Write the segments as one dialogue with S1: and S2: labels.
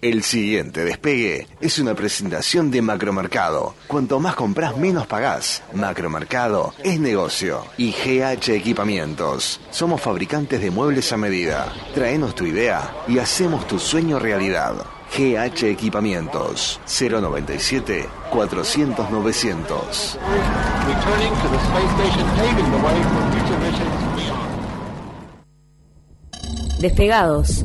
S1: El siguiente despegue es una presentación de Macromercado. Cuanto más compras, menos pagás. Macromercado es negocio. Y GH Equipamientos. Somos fabricantes de muebles a medida. Traenos tu idea y hacemos tu sueño realidad. GH Equipamientos 097 400 900.
S2: Despegados,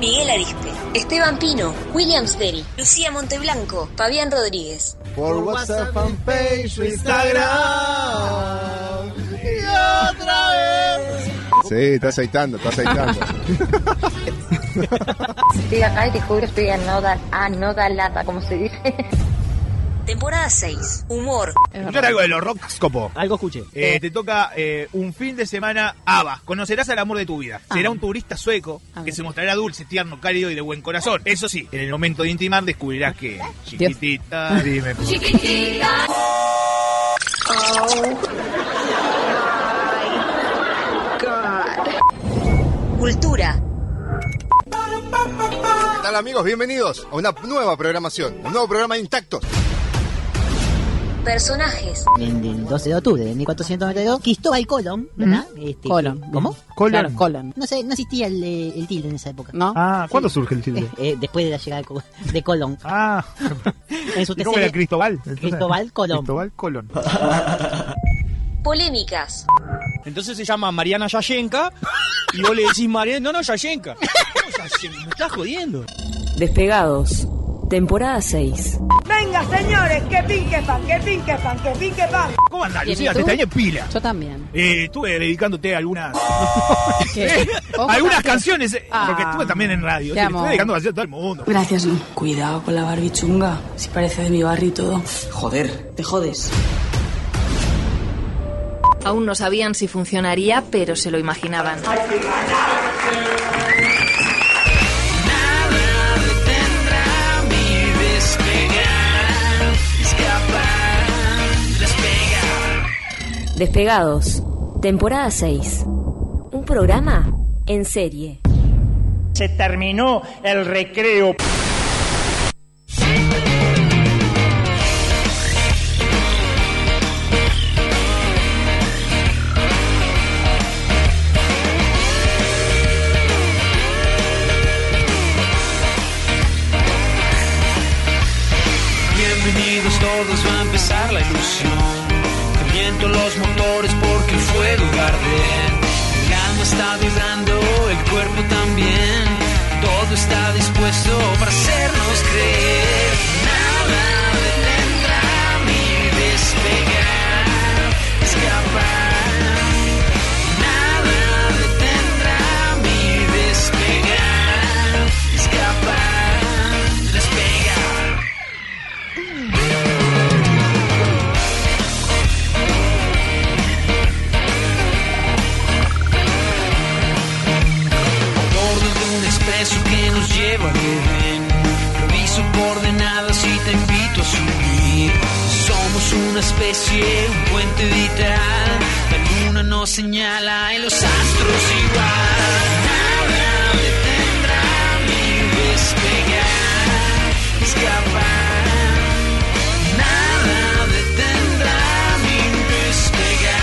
S2: Miguel Arispe, Esteban Pino, William Steri, Lucía Monteblanco, Fabián Rodríguez.
S3: Por WhatsApp, fanpage, Instagram. Y otra vez.
S4: Sí, está aceitando, está aceitando.
S5: estoy acá y te juro, estoy ah, anodalada, como se dice.
S2: Temporada 6. Humor.
S6: Yo algo de los rockscopo.
S7: Algo escuché.
S6: Eh, te toca eh, un fin de semana Ava. Conocerás al amor de tu vida. Será un turista sueco que se mostrará dulce, tierno, cálido y de buen corazón. Eso sí, en el momento de intimar descubrirás que. Chiquitita, dime. Chiquitita. Oh.
S2: God. Cultura.
S4: ¿Qué tal amigos? Bienvenidos a una nueva programación, un nuevo programa de Intactos.
S2: Personajes.
S8: En el 12 de octubre de 1492, Cristóbal Colón, ¿verdad?
S9: Mm. Este, Colón.
S8: ¿Cómo?
S9: Colón. Claro,
S8: Colón. No, sé, no existía el, eh, el, tilde en esa época.
S9: ¿No? Ah, ¿cuándo sí. surge el tilde?
S8: Eh, eh, después de la llegada de, de Colón.
S9: Ah.
S8: en su
S9: ¿Y ¿Cómo era Cristóbal?
S8: Entonces, Cristóbal Colón.
S9: Cristóbal Colón.
S2: Polémicas.
S7: Entonces se llama Mariana Yayenka y vos le decís Mariana, no, no, Yayenka. me estás jodiendo.
S2: Despegados, temporada 6.
S10: Venga, señores, que pinque pan, que pinque pan, que pinque pan.
S6: ¿Cómo andás, Lucía? Te extrañé pila.
S9: Yo también.
S6: Eh, estuve dedicándote a algunas. ¿Qué? algunas canciones, eh,
S9: Ah.
S6: porque estuve también en
S9: Te
S6: radio. sí, le
S9: amo.
S6: estuve dedicando canciones a todo el mundo.
S11: Gracias, Lu. Cuidado con la barbichunga. Si parece de mi barrio y todo.
S12: Joder.
S11: Te jodes.
S13: Aún no sabían si funcionaría, pero se lo imaginaban.
S2: Despegados, temporada 6. Un programa en serie.
S12: Se terminó el recreo.
S14: Bienvenidos todos, va a empezar la ilusión. Caliento los motores porque el fuego arde. El alma está vibrando, el cuerpo también. Todo está dispuesto para hacernos creer. Nada detendrá mi despegar, escapar. Nada detendrá mi despegar, escapar, despegar. bordo de un expreso que nos lleva al Edén. Reviso coordenadas y te invito a subir. Somos una especie, un puente vital. La luna nos señala y los astros igual. Nada detendrá mi despegar, escapar. Nada detendrá mi despegar.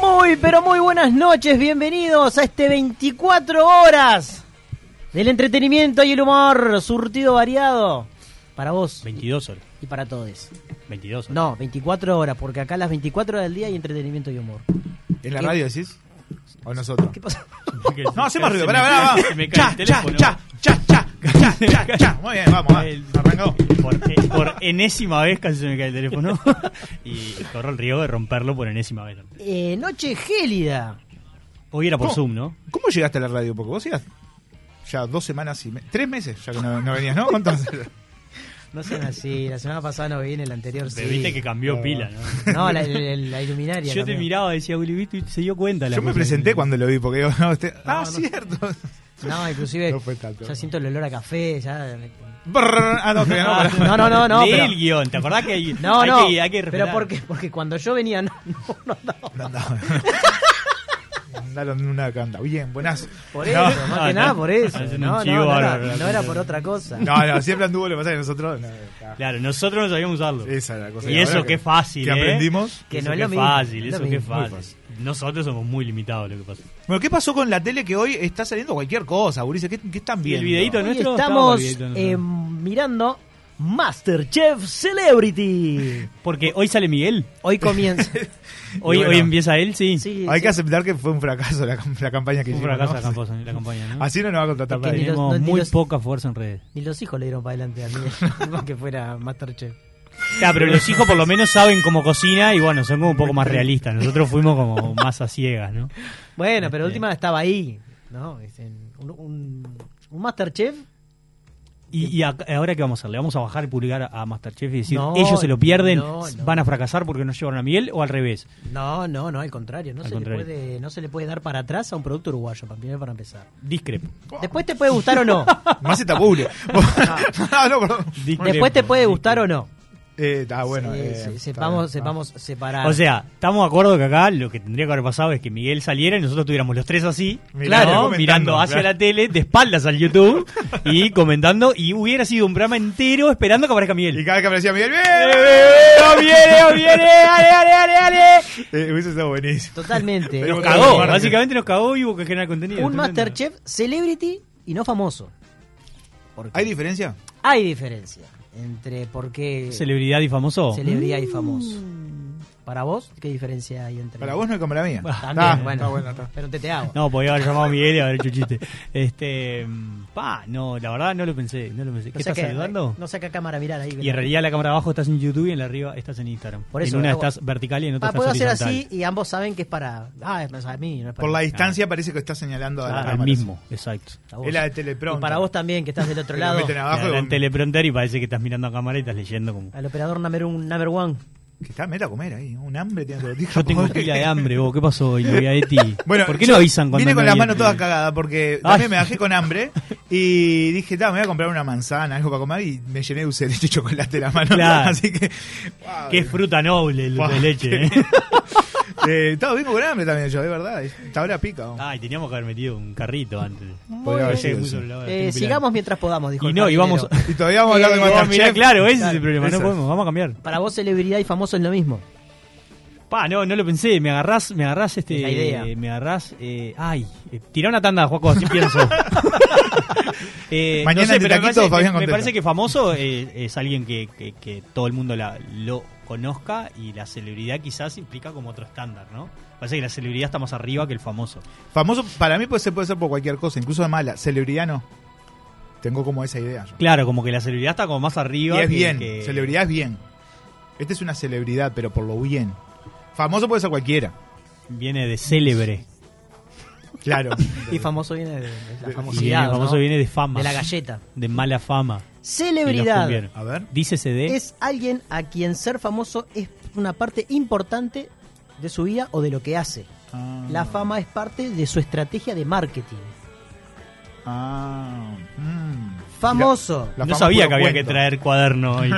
S15: Muy, pero muy buenas noches, bienvenidos a este 24 horas del entretenimiento y el humor, surtido variado. Para vos.
S7: 22 horas.
S15: Y para todos.
S7: 22 horas.
S15: No, 24 horas, porque acá a las 24 horas del día hay entretenimiento y humor.
S7: ¿En la
S15: ¿Qué?
S7: radio decís?
S6: O nosotros. ¿Qué
S15: pasa?
S6: No, hace más ruido.
S16: Se
S6: Pará,
S16: me-
S6: pará,
S7: Ah,
S6: vamos.
S16: se me cae
S6: Cha,
S16: el
S6: cha,
S16: teléfono.
S6: cha, cha, cha, cha, cha, cha. Muy bien, vamos, va. Arrancó.
S7: Eh, por enésima vez casi se me cae el teléfono y corro el riesgo de romperlo por enésima vez.
S15: Eh, noche gélida.
S7: Hoy era por
S6: ¿Cómo?
S7: Zoom, ¿no?
S6: ¿Cómo llegaste a la radio? Porque vos llegas ya dos semanas y me- tres meses ya que no, no venías, ¿no? ¿Cuántos?
S15: No sean así, la semana pasada no vine, la anterior sí.
S7: Pero viste que cambió pila, ¿no?
S15: No, la, la- la iluminaria.
S7: Yo te miraba y decía, Willy, ¿viste? Y se dio cuenta. La
S6: Yo me
S7: cosa.
S6: presenté cuando lo vi porque digo, no, este- ah, sí.
S15: cierto. No, inclusive
S6: No fue tanto.
S15: ya siento el olor a café, ya...
S6: Brrr, ah, no, todavía no, pará.
S15: no, no, no, no.
S6: Lee
S15: pero-
S6: el guión, ¿te acordás que hay-
S15: no,
S6: hay
S15: no,
S6: que- hay que
S15: Pero
S6: respetar?
S15: porque, porque cuando yo venía no, no, no andaba.
S6: Mandaron una canta. Bien, buenazo.
S15: Por eso, más que nada por eso.
S7: Hacen Ah, un
S15: No, no,
S7: chivo
S15: no, era,
S7: bárbaro, la
S15: no
S7: puta.
S15: era por otra cosa.
S6: No, no, siempre anduvo lo que pasa es que nosotros. no, está.
S7: Claro, nosotros no sabíamos usarlo.
S6: Esa era la cosa.
S7: Y
S6: Ahora
S7: eso
S6: que-
S7: qué fácil,
S6: que
S7: ¿eh?
S6: aprendimos.
S7: Que no es lo
S6: mismo,
S7: fácil,
S6: no es lo
S7: eso qué
S6: mismo, muy
S7: fácil. Nosotros somos muy limitados lo que pasa.
S6: Bueno, ¿qué pasó con la tele que hoy está saliendo cualquier cosa, Ulises? ¿Qué, ¿Qué están
S7: ¿Y el
S6: viendo?
S7: videíto
S15: Hoy estamos eh, mirando Masterchef Celebrity.
S7: Porque hoy sale Miguel.
S15: Hoy comienza.
S7: Hoy,
S6: Y bueno.
S7: hoy empieza él, sí.
S6: Hay que aceptar que fue un fracaso la, cam- la campaña que
S7: Un
S6: hicimos.
S7: fracaso
S6: ¿no?
S7: la campaña- la campaña, ¿no?
S6: Así no nos va a contratar
S15: Es que ni
S6: nadie.
S15: los- no,
S7: Tenemos
S15: ni
S7: muy
S15: los-
S7: poca fuerza en redes.
S15: Ni los hijos le dieron para adelante a mí, más que fuera Masterchef.
S7: Claro, pero los hijos por lo menos saben cómo cocina y bueno, son como un poco más realistas. Nosotros fuimos como más a ciegas, ¿no?
S15: Bueno,
S7: Este.
S15: pero última estaba ahí, ¿no? Es en un, un, un Masterchef.
S7: Y, y a- ahora qué vamos a hacer? ¿Le vamos a bajar el pulgar a Masterchef y decir,
S15: No,
S7: ellos se lo pierden,
S15: no, no.
S7: van a fracasar porque no llevaron a Miguel o al revés?
S15: No, no, no, al contrario. No,
S7: Al
S15: se,
S7: contrario.
S15: Le puede, no se le puede dar para atrás a un producto uruguayo, para, primero para empezar.
S7: Discrepo.
S15: Después te puede gustar o no.
S6: Más está público. Ah, no, perdón.
S15: Después te puede gustar o no.
S6: Eh, está bueno.
S15: Sí,
S6: eh,
S15: sí,
S6: está
S15: sepamos,
S6: bien,
S15: sepamos separar.
S7: O sea, estamos de acuerdo que acá lo que tendría que haber pasado es que Miguel saliera y nosotros tuviéramos los tres así,
S6: Mirando,
S7: ¿no?
S6: comentando,
S7: mirando hacia
S6: claro.
S7: la tele, de espaldas al YouTube y comentando. Y hubiera sido un programa entero esperando que aparezca Miguel. ¡Eh, Y
S6: cada vez que aparecía Miguel, ¡bien!
S7: ¡Viene, viene, viene! ¡Ale, ale, ale, ale!
S6: Eh, hubiese estado buenísimo.
S15: Totalmente.
S7: Nos cagó, básicamente nos cagó y hubo que generar contenido.
S15: un
S7: Tremendo.
S15: Masterchef celebrity y no famoso.
S6: ¿Hay diferencia?
S15: Hay diferencia entre por qué
S7: Celebridad y famoso. Mm.
S15: celebridad y famoso. ¿Para vos qué diferencia hay entre
S6: Para vos no es como la mía.
S15: También,
S6: Ah,
S15: bueno,
S6: está bueno, está.
S15: pero te te hago.
S7: No, podía haber llamado a Miguel y haber hecho chiste. Este, mm, pa, no, la verdad no lo pensé, no lo pensé. ¿Qué
S15: No
S7: estás
S15: saca-
S7: saludando?
S15: No saca cámara, mirar ahí.
S7: Y en realidad la cámara abajo estás en YouTube y en la arriba estás en Instagram.
S15: Por eso,
S7: en una
S15: hago-
S7: estás vertical y en otra
S15: Ah,
S7: estás
S15: puedo hacer
S7: horizontal.
S15: así y ambos saben que es para. Ah, es más a mí. No es para
S6: Por la
S15: mí.
S6: distancia parece que está señalando a Ah, la
S7: Claro, Ah, al
S6: cámara.
S7: mismo, exacto.
S15: A vos.
S6: Es la de teleprompter.
S15: Y para vos también, que estás del otro
S6: Te lo
S15: lado.
S6: meten abajo.
S7: Te hablan
S6: con-
S7: teleprompter y parece que estás mirando a cámara y estás leyendo como...
S15: Al operador number, un, number one.
S6: Que está meta a comer ahí. Un hambre tiene todo.
S7: Yo tengo pila de hambre, vos, ¿qué pasó hoy? Novia de ti. ¿Por qué no avisan cuando
S6: Vine
S7: no
S6: con las
S7: hay-
S6: manos todas cagadas porque
S7: Ay.
S6: también me bajé con hambre y dije, "Ta, me voy a comprar una manzana, algo para comer y me llené de dulce de leche y chocolate en la mano.
S7: Claro.
S6: Así que. wow.
S7: Qué fruta noble el
S6: Guau,
S7: de leche, ¿eh?
S6: Eh, estaba vengo con hambre también yo, es verdad. Hasta ahora pica. vos.
S7: Ay, teníamos que haber metido un carrito antes.
S6: Podría haber
S7: Llegué
S6: sido
S7: muy
S6: eso.
S7: sobre la hora,
S15: Eh,
S7: tengo pila.
S15: sigamos mientras podamos, dijo
S7: Y
S15: el
S7: no, y vamos...
S15: jardinero.
S6: Y todavía vamos a hablar de
S15: Eh,
S6: Masterchef.
S7: Mirá, claro, ese es el
S15: Claro,
S7: problema, no
S6: eso.
S7: podemos, vamos a cambiar.
S15: Para vos, celebridad y famoso es lo mismo.
S7: Pa, no, no lo pensé. Me agarrás, me agarrás este.
S15: La idea.
S7: eh, me agarrás. eh, ay, eh, tirá una tanda, Juaco, así pienso. Eh,
S6: Mañana
S7: no sé,
S6: te
S7: pero me
S6: taquito,
S7: parece,
S6: Fabián
S7: me- me
S6: contesta.
S7: parece que famoso eh, es alguien que, que- que todo el mundo la- lo conozca y la celebridad quizás implica como otro estándar, ¿no? Parece que la celebridad está más arriba que el famoso.
S6: Famoso, para mí puede ser, puede ser por cualquier cosa, incluso mala. Celebridad no. Tengo como esa idea yo.
S7: Claro, como que la celebridad está como más arriba.
S6: Y es
S7: que-
S6: bien,
S7: que-
S6: celebridad es bien. Este es una celebridad, pero por lo bien. Famoso puede ser cualquiera.
S7: Viene de célebre.
S6: Claro.
S15: Y famoso viene de, de la
S7: Y viene-
S15: famosidad.
S7: el famoso
S15: ¿no?
S7: viene de fama.
S15: De la galleta.
S7: De mala fama.
S15: Celebridad.
S6: A ver.
S7: Dice CD.
S15: Es alguien a quien ser famoso es una parte importante de su vida o de lo que hace.
S6: Ah.
S15: La fama es parte de su estrategia de marketing.
S6: Ah. mm.
S15: Famoso.
S6: La- la
S7: no
S6: fama
S7: sabía
S6: puro
S7: que había
S6: cuento.
S7: que traer cuaderno hoy.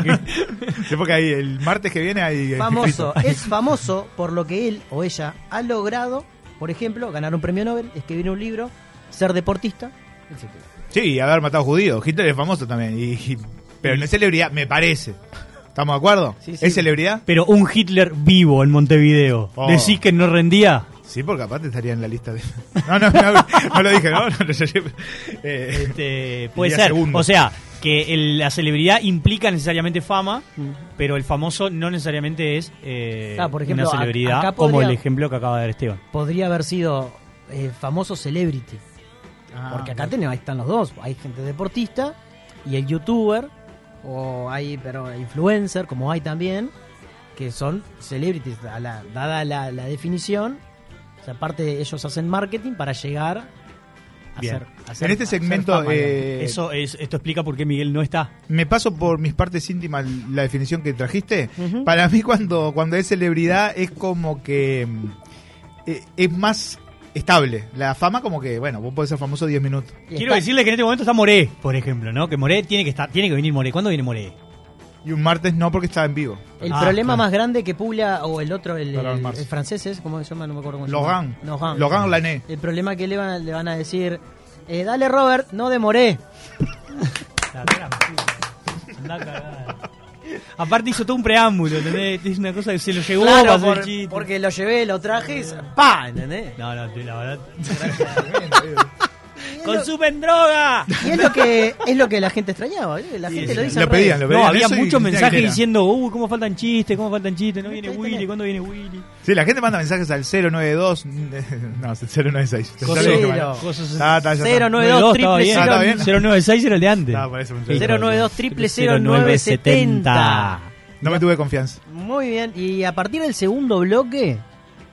S6: Sí, porque ahí el martes que viene hay.
S15: Famoso. es famoso por lo que él o ella ha logrado, por ejemplo, ganar un premio Nobel, escribir un libro, ser deportista, etc.
S6: Sí, haber matado judíos. Hitler es famoso también. y- y- pero no es celebridad, me parece. ¿Estamos de acuerdo? ¿Es celebridad?
S7: Pero un Hitler vivo en Montevideo.
S6: Oh.
S7: Decís que no rendía.
S6: Sí, porque aparte estaría en la lista de. No, no, no, no lo dije, no, no, no, yo- eh,
S7: Este, puede
S6: diría
S7: ser.
S6: segundo.
S7: O sea, que el- la celebridad implica necesariamente fama, pero el famoso no necesariamente es eh,
S15: Claro, Mm. Ah, por ejemplo,
S7: una
S15: a-
S7: celebridad,
S15: acá
S7: como
S15: podría-
S7: el ejemplo que acaba de dar Esteban.
S15: Podría haber sido eh, famoso celebrity. Porque acá tenés, ahí están los dos. Hay gente deportista y el youtuber, o hay pero influencer, como hay también, que son celebrities, a la- dada la, la definición. O sea, aparte ellos hacen marketing para llegar a
S6: Bien.
S15: ser... a ser-
S6: en este
S15: a ser
S6: segmento.
S15: fama, digamos.
S6: Eso
S7: esto explica por qué Miguel no está.
S6: Me paso por mis partes íntimas la definición que trajiste.
S15: Ujú.
S6: Para mí, cuando, cuando es celebridad, es como que. mm, eh, es más estable. La fama, como que, bueno, vos podés ser famoso 10 minutos.
S7: Quiero decirle que en este momento está Moré, por ejemplo, ¿no? Que Moré tiene que estar, tiene que venir Moré. ¿Cuándo viene Moré?
S6: Y un martes no, porque está en vivo.
S15: El
S7: Ah,
S15: problema
S7: claro.
S15: más grande que Pula o el otro, el,
S6: Para
S15: el-
S6: Marx.
S15: el francés es, ¿cómo se llama? No me acuerdo cómo se
S6: Logan.
S15: llama. Logan.
S6: Logan Lané.
S15: El problema que le van a, le van a decir, eh, dale Robert, no demoré.
S7: Aparte hizo todo un preámbulo, ¿entendés? Es una cosa que se lo llevó
S15: Claro,
S7: para hacer
S15: por-
S7: el chiste.
S15: porque lo llevé, lo traje y se- ¡pa! ¿Entendés?
S7: No, no, la verdad. ¡Consumen droga!
S15: Y es lo que, es lo que la gente extrañaba, ¿eh? la gente lo dice. al revés.
S7: No,
S6: pedían,
S7: había
S6: eso y
S7: muchos
S6: la
S7: mensajes
S6: grita.
S7: diciendo, uy, cómo faltan chistes, cómo faltan chistes, no viene Willy, ¿cuándo viene Willy?
S6: Sí, la gente manda mensajes al 092. No, es el 096.
S7: Coso-
S6: Está bien,
S7: Cero.
S6: que
S7: Coso-
S6: manda. Está, está, ya está.
S7: 092
S6: Está bien. Ah, ¿está bien?
S7: 096 era el de antes.
S6: Ah, por eso me enteré.
S15: 092 triple 0970.
S6: No me tuve confianza.
S15: Muy bien, y a partir del segundo bloque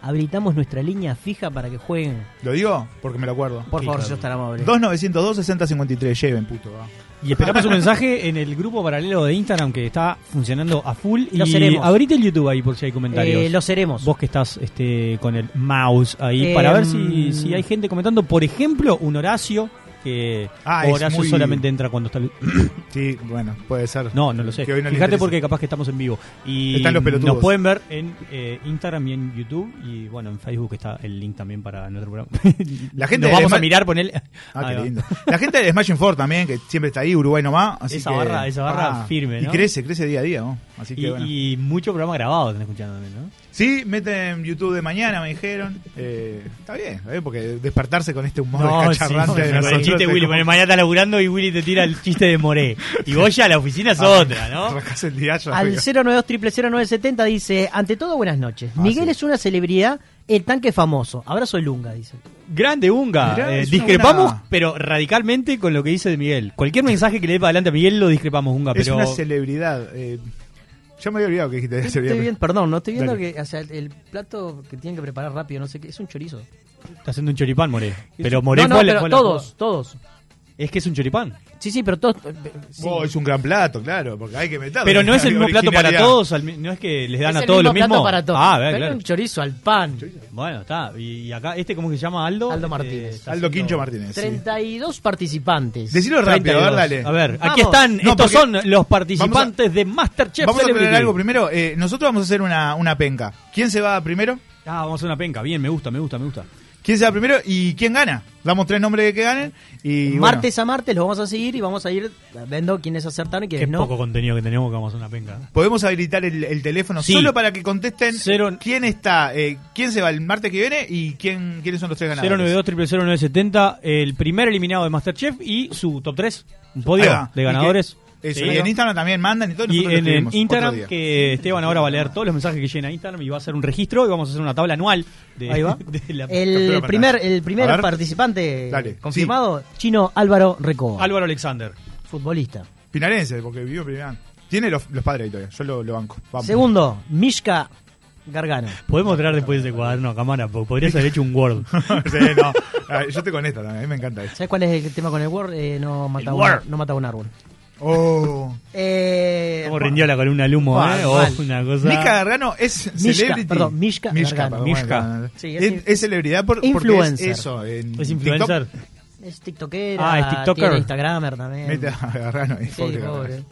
S15: habilitamos nuestra línea fija para que jueguen.
S6: ¿Lo digo? Porque me lo acuerdo.
S15: Por favor, yo estará amable.
S6: 2902-6053. Lleven, puto. va.
S7: Y esperamos un mensaje en el grupo paralelo de Instagram que está funcionando a full.
S15: Lo
S7: y
S15: seremos.
S7: abrite el YouTube ahí por si hay comentarios.
S15: Eh, lo seremos.
S7: Vos que estás este, con el mouse ahí
S15: Eh,
S7: para ver
S15: mm.
S7: si, si hay gente comentando. Por ejemplo, un Horacio que
S6: Ah, es
S7: Horacio
S6: muy-
S7: solamente entra cuando está. el-
S6: Sí, bueno, puede ser.
S7: No, no lo sé.
S6: Que hoy no le
S7: Fíjate
S6: interesa.
S7: porque capaz que estamos en vivo. Y
S6: Están los pelotudos.
S7: Nos pueden ver en eh, Instagram y en YouTube. Y bueno, en Facebook está el link también para nuestro programa.
S6: La gente
S7: nos
S6: de
S7: vamos a
S6: Sma-
S7: mirar, ponele.
S6: Ah,
S7: Ahí
S6: qué
S7: va.
S6: lindo. La gente de Smashing Ford también, que siempre está ahí, Uruguay nomás. Así
S7: Esa
S6: que-
S7: barra- esa barra firme,
S6: Y
S7: ¿no?
S6: crece, crece día a día, ¿no? Así que
S7: Y,
S6: bueno.
S7: y mucho programa grabado están escuchando también, ¿no?
S6: Sí, meten YouTube de mañana, me dijeron. Eh, está bien, está bien, porque despertarse con este humor
S7: No, sí,
S6: descacharrante
S7: sí,
S6: de
S7: sí, con
S6: nosotros.
S7: el chiste de
S6: es
S7: Willy,
S6: como-
S7: porque mañana está laburando y Willy te tira el chiste de Moré. Y vos ya la oficina es
S6: Ah,
S7: otra, ¿no?
S6: arrancás el día, yo
S15: Al
S6: arriba.
S15: 092000970 dice, ante todo, buenas noches.
S6: Ah,
S15: Miguel es una celebridad, el tanque famoso. Abrazo el Lunga, dice.
S7: Grande Unga.
S15: Mirá,
S7: Eh,
S15: es una
S7: discrepamos,
S15: buena-
S7: pero radicalmente con lo que dice de Miguel. Cualquier mensaje que le dé para adelante a Miguel lo discrepamos, Unga,
S6: Es
S7: pero.
S6: una celebridad. eh, yo me había olvidado que dijiste de
S15: Estoy
S6: celebridad.
S15: bien, perdón, no estoy viendo
S6: Dale.
S15: que o sea, el plato que tienen que preparar rápido, no sé qué, es un chorizo.
S7: Está haciendo un choripán, Moré. Pero
S15: un-
S7: Moré
S15: No, no,
S7: fue, a la-
S15: pero
S7: fue a la-
S15: todos, todos.
S7: Es que es un choripán.
S15: Sí, sí, pero todos...
S6: Oh, es un gran plato, claro, porque hay que meterlo.
S7: Pero no es el mismo plato para
S6: Originalidad.
S7: todos, al mi- no es que les dan
S15: Es
S7: a
S15: el
S7: todos lo
S15: mismo plato
S7: mismo.
S15: para todos.
S7: Ah, a ver,
S15: Pero
S7: claro.
S15: un chorizo al pan.
S7: Bueno, está. Y, y acá, ¿este cómo se llama? Aldo. Aldo Martínez.
S6: Aldo Quincho Martínez, sí.
S15: 32 participantes.
S6: Decilo rápido, a ver, dale.
S7: A ver,
S15: Vamos.
S7: aquí están. eh,
S6: No,
S7: Estos
S6: porque-
S7: son los
S6: Vamos
S7: participantes de Masterchef.
S6: Vamos a aclarar
S7: Celebrity.
S6: algo primero. eh, nosotros vamos a hacer una, una penca. ¿Quién se va primero?
S7: Ah, vamos a hacer una penca. Bien, me gusta, me gusta, me gusta.
S6: ¿Quién se va primero y quién gana? Damos tres nombres de que ganen y
S15: Martes a martes los vamos a seguir y vamos a ir viendo quiénes acertaron y
S7: Qué
S15: quiénes no.
S7: poco contenido que tenemos que vamos a hacer una penca.
S6: bueno, podemos habilitar el, el teléfono
S7: Sí.
S6: solo para que contesten quién está, eh, quién se va el martes que viene y quién quiénes son los tres ganadores.
S7: 092 0970 el primer eliminado de Masterchef y su top 3. Un
S6: Ahí
S7: podio
S6: va.
S7: de
S6: Y
S7: ganadores.
S6: que- eso,
S7: Sí.
S6: y en Instagram también mandan y todo.
S7: Y
S6: nosotros
S7: en,
S6: lo
S7: en
S6: escribimos otro
S7: Instagram,
S6: día.
S7: que Esteban ahora va a leer todos los mensajes que llena Instagram y va a hacer un registro y vamos a hacer una tabla anual de,
S15: Ahí va.
S7: de la captura
S15: El
S7: de
S15: primer,
S7: pantalla.
S15: el
S7: A
S15: primer
S7: ver.
S15: participante
S7: Dale,
S15: confirmado, chino Álvaro
S6: Ah,
S15: Recoba,
S7: Álvaro Alexander.
S15: futbolista.
S6: Pinarense, porque vivió primero. Tiene los, los padres ahí todavía, yo lo, lo banco. Vamos.
S15: Segundo, Mishka Gargano.
S7: Podemos traer después ese cuaderno a cámara, porque podrías haber hecho un Word.
S6: Sí, no. Ah, Yo estoy con esta también, a mí me encanta esto.
S15: ¿Sabes cuál es el tema con el Word? Eh, no, mata un,
S7: Word.
S15: no mata un árbol.
S6: Oh.
S15: Eh,
S7: Como rindió la columna al humo,
S6: Mal,
S7: ¿eh? Oh,
S6: mal.
S7: una cosa.
S6: Mishka Gargano es
S15: Mishka,
S6: celebrity.
S15: perdón, Mishka Gargano.
S6: perdón,
S7: Mishka.
S6: bueno,
S15: Sí,
S6: es,
S15: es-
S6: es celebridad por,
S15: Influencer.
S6: porque es eso. en
S7: ¿Es influencer?
S6: TikTok.
S15: es tiktokera.
S7: Ah, es tiktoker.
S15: tiene Instagramer también.
S6: Mete a Gargano ahí,
S15: Sí,
S6: pobre
S15: pobre.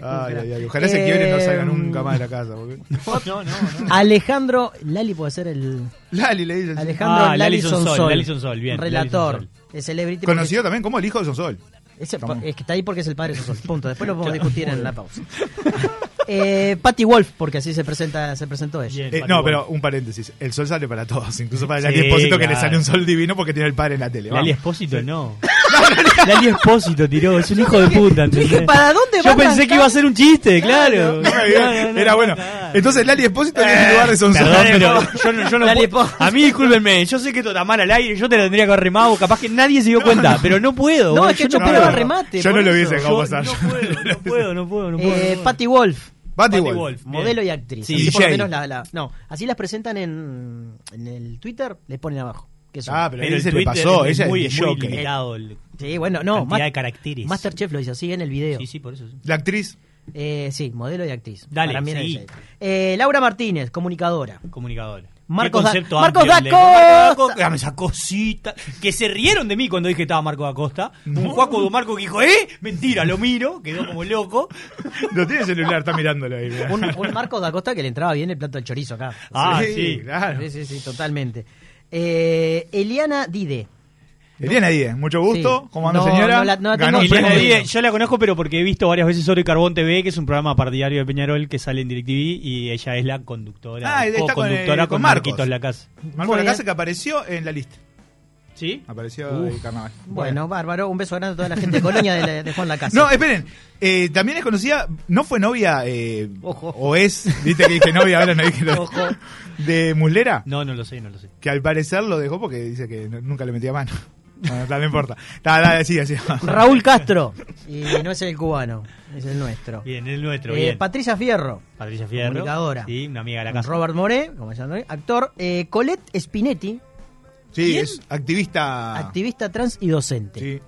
S6: Gargano. Ay, ay, ay, Ojalá se
S15: Eh,
S6: quiebre y no salga nunca más de la casa. porque-
S15: Alejandro Lali puede ser el.
S6: Lali le dicen.
S15: Alejandro
S7: Ah,
S15: Lali
S7: Lali Sonsol,
S15: Sonsol.
S7: Lali Sonsol, bien,
S15: Relator.
S7: Lali
S15: Es celebrity.
S6: Conocido también como el hijo de Sonsol.
S15: porque- ese-
S6: Estamos-
S15: es que está ahí porque es el padre de Sonsol. Punto. Después lo podemos discutir en la pausa. eh, Patty Wolf, porque así se presenta se presentó ella.
S6: Eh, no, pero un paréntesis. El sol sale para todos, incluso para
S7: Sí,
S6: Lali Espósito que le
S7: claro.
S6: sale un sol divino porque tiene el padre en la tele.
S7: Lali
S6: vamos.
S7: Espósito, no. Lali Espósito tiró, es un hijo de puta. ¿entendés?
S17: ¿para dónde va
S7: Yo
S17: a
S7: pensé que
S17: arrancar?
S7: iba a ser un chiste, claro.
S6: Era bueno. Entonces Lali Espósito en este lugar de Sonsoles.
S7: Eh, Perdón, pero yo no, yo no puedo- A mí, discúlpenme, yo sé que esto está mal al aire, yo te lo tendría que haber remado, capaz que nadie se dio cuenta, pero no puedo.
S15: No,
S7: boludo,
S15: es que
S7: yo
S15: yo pegaba remate.
S7: Yo
S15: por
S7: no lo
S15: eso.
S7: hubiese dejado
S15: Yo
S7: pasar.
S15: no
S7: No puedo, no puedo, no puedo.
S15: Eh,
S7: no puedo.
S15: Patty Wolf.
S7: Patty Wolf, bien.
S15: Modelo y actriz.
S7: Sí,
S15: así por lo
S7: DJ.
S15: menos la- la- no, así las presentan en, en el Twitter, le ponen abajo. que son.
S7: Ah, pero a él Pero se el le Twitter pasó, es ella es muy muy shocker. limitado el-
S15: Sí, bueno, no.
S7: cantidad
S15: Ma-
S7: de caracteres.
S15: Masterchef lo hizo así en el video. Sí, sí, por eso.
S6: ¿La actriz?
S15: Eh, sí, modelo y actriz.
S7: Dale,
S15: Para mí era
S7: seguí.
S15: ella. Eh, Laura Martínez, comunicadora.
S7: Comunicadora.
S15: Marcos,
S7: Qué
S15: Da-
S7: concepto
S15: Marcos
S7: amplio el de-
S15: Dacosta.
S7: Marcos- Ah, Dame esa cosita. Que se rieron de mí cuando dije que estaba Marco Acosta. Un Juaco de Marco que dijo, ¿eh? Mentira, lo miro. Quedó como loco.
S6: No tiene celular, está mirándolo ahí. mirá.
S15: un, un Marcos da Costa que le entraba bien el plato del chorizo acá.
S7: Ah, sí,
S6: claro.
S15: Sí, sí, sí, totalmente. Eh, Eliana Dide.
S6: Eliana Díez, mucho gusto.
S15: Sí.
S6: ¿Cómo anda,
S15: No,
S6: señora?
S15: no la- no la
S6: Ganó
S15: tengo
S6: el
S15: en
S6: premio.
S15: premio.
S7: Yo la conozco, pero porque he visto varias veces sobre Carbón TV, que es un programa partidario de Peñarol que sale en DirecTV y ella es la conductora.
S6: Ah, está con, eh,
S7: conductora
S6: con Marcos.
S7: Marquitos Lacaz.
S6: Marco la casa que apareció en la lista.
S7: ¿Sí?
S6: Apareció
S15: Uf.
S6: el carnaval.
S15: Bueno, bárbaro. Un beso grande a toda la gente de Colonia de, la- de Juan Lacasa.
S6: No, esperen. Eh, también es conocida, no fue novia, eh, o es, viste que dije novia, ahora no dije novia. De Muslera,
S7: No, no lo sé, no lo sé.
S6: que al parecer lo dejó porque dice que no- nunca le metía mano. Bueno, tal, no importa. Tal, tal, sigue, sigue.
S15: Raúl Castro. Y no es el cubano, es el nuestro.
S7: Bien, el nuestro,
S15: Eh,
S7: bien.
S15: Patricia Fierro.
S7: Patricia Fierro.
S15: Comunicadora.
S7: Sí, una amiga de la casa.
S15: Robert More, como se llama, actor. Eh, Colette Spinetti,
S6: Sí, es activista.
S15: activista trans y docente.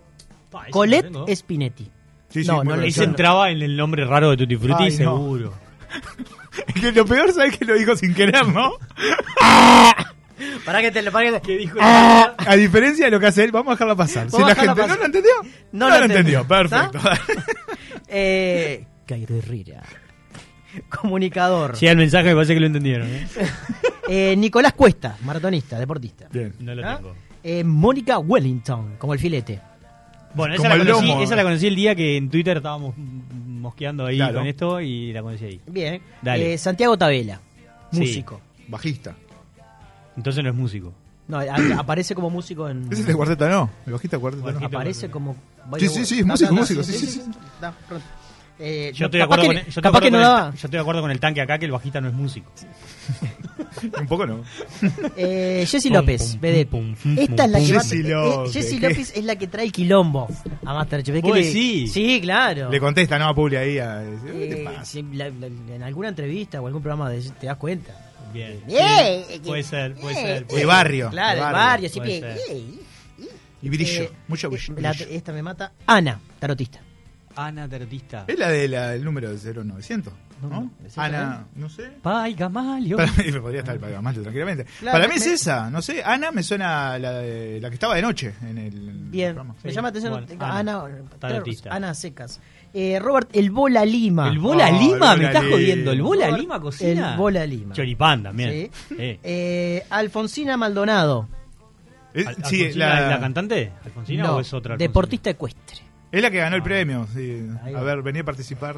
S7: Pa, ese
S15: Colette
S7: no lo tengo.
S15: Spinetti.
S6: Sí, sí,
S15: no,
S6: muy
S15: no lo-
S7: Ese entraba en el nombre raro de Tutti Frutti,
S6: Ay, no.
S7: seguro.
S6: que lo peor, ¿sabes que lo dijo sin querer, no?
S15: Pará que te lo pará que te-
S6: Ah, a diferencia de lo que hace él, vamos a dejarla pasar. Si
S15: Vamos
S6: la
S15: a dejarla
S6: gente no
S15: pasar.
S6: lo entendió,
S15: No
S6: no,
S15: lo
S6: lo entendió.
S15: entendió, ¿tá?
S6: Perfecto.
S15: Eh, Cairo Herrera. Comunicador.
S7: Sí, el mensaje me parece que lo entendieron. ¿eh?
S15: Eh, Nicolás Cuesta, maratonista, deportista.
S7: No lo
S15: ¿Ah?
S7: tengo.
S15: Eh, Mónica Wellington, como el filete.
S7: Bueno, esa
S15: Como
S7: la,
S15: el
S7: conocí,
S15: lomo.
S7: esa la conocí el día que en Twitter estábamos mm, mosqueando ahí
S6: Claro.
S7: con esto y la conocí ahí.
S15: Bien.
S7: Dale.
S15: Eh, Santiago Tabela,
S7: Sí.
S15: músico.
S6: Bajista.
S7: Entonces no es músico.
S15: No, a- aparece como músico en.
S6: Ese es el cuarteto, no. El bajista cuarteto, no.
S15: Aparece como.
S6: Sí, sí, sí, es
S15: Da,
S6: músico,
S15: da, da,
S6: músico, sí, sí,
S15: da, pronto. Eh,
S7: Yo
S15: no,
S7: estoy de
S15: capaz
S7: acuerdo
S15: que-
S7: con el- yo estoy de
S15: Capaz
S7: acuerdo
S15: que no
S7: con el-
S15: daba.
S7: yo estoy de acuerdo con el tanque acá que el bajista no es músico.
S6: Un poco no.
S15: Eh, Jessy
S7: Pum,
S15: López,
S7: pum,
S15: vedette.
S7: pum, pum,
S15: Esta es la
S7: pum,
S15: que
S7: pum.
S15: va-
S7: Jessy
S15: eh,
S6: López,
S15: Jessy
S6: ¿qué?
S15: López es la que trae quilombo a Masterchef. Es que
S7: Vos
S15: le-
S7: decís.
S15: Sí, claro.
S6: Le contesta, no, a Publi ahí. a- ¿Qué te
S15: Eh,
S6: pasa?
S15: si la- la- en alguna entrevista o algún programa de, te das cuenta.
S7: Bien.
S15: Eh,
S7: Sí,
S15: eh,
S7: Puede ser, puede ser. puede
S6: De
S7: ser.
S6: barrio.
S15: Claro,
S6: de
S15: el
S6: barrio.
S15: barrio, así
S7: Puede
S15: pe-
S7: ser.
S15: eh,
S6: Y brillo.
S15: eh,
S6: mucho
S15: eh,
S6: brillo.
S15: la- esta me mata. Ana, tarotista.
S7: Ana Tarotista.
S6: Es la del número 0900, ¿no?
S7: No,
S6: Ana, no sé.
S7: Ay, Gamalio.
S6: Para mí me podría estar el Pagamalio tranquilamente.
S15: Claro,
S6: Para mí es
S15: me-
S6: esa, no sé. Ana me suena a la, de- la que estaba de noche en el
S15: Bien,
S6: programa.
S15: me llama la atención.
S7: Bueno,
S15: Ana,
S7: Ana,
S15: Ana,
S7: tarotista.
S15: Ana Secas. Eh, Robert, el Bola Lima.
S7: El Bola
S6: Ah, el
S7: Lima,
S6: Bola
S7: me estás
S6: Lima.
S7: jodiendo. El Bola
S15: Robert,
S7: Lima cocina.
S15: El Bola Lima.
S7: Choripán también.
S15: Sí.
S7: Eh.
S15: Eh, Alfonsina Maldonado.
S6: Eh,
S7: Al-
S6: sí,
S7: Alfonsina,
S6: la,
S7: ¿es la cantante? ¿Alfonsina
S15: No,
S7: o es otra? Alfonsina? Ah.
S15: Deportista ecuestre.
S6: es la que ganó el premio. sí.
S15: Ahí
S6: A
S15: va.
S6: ver, venía a participar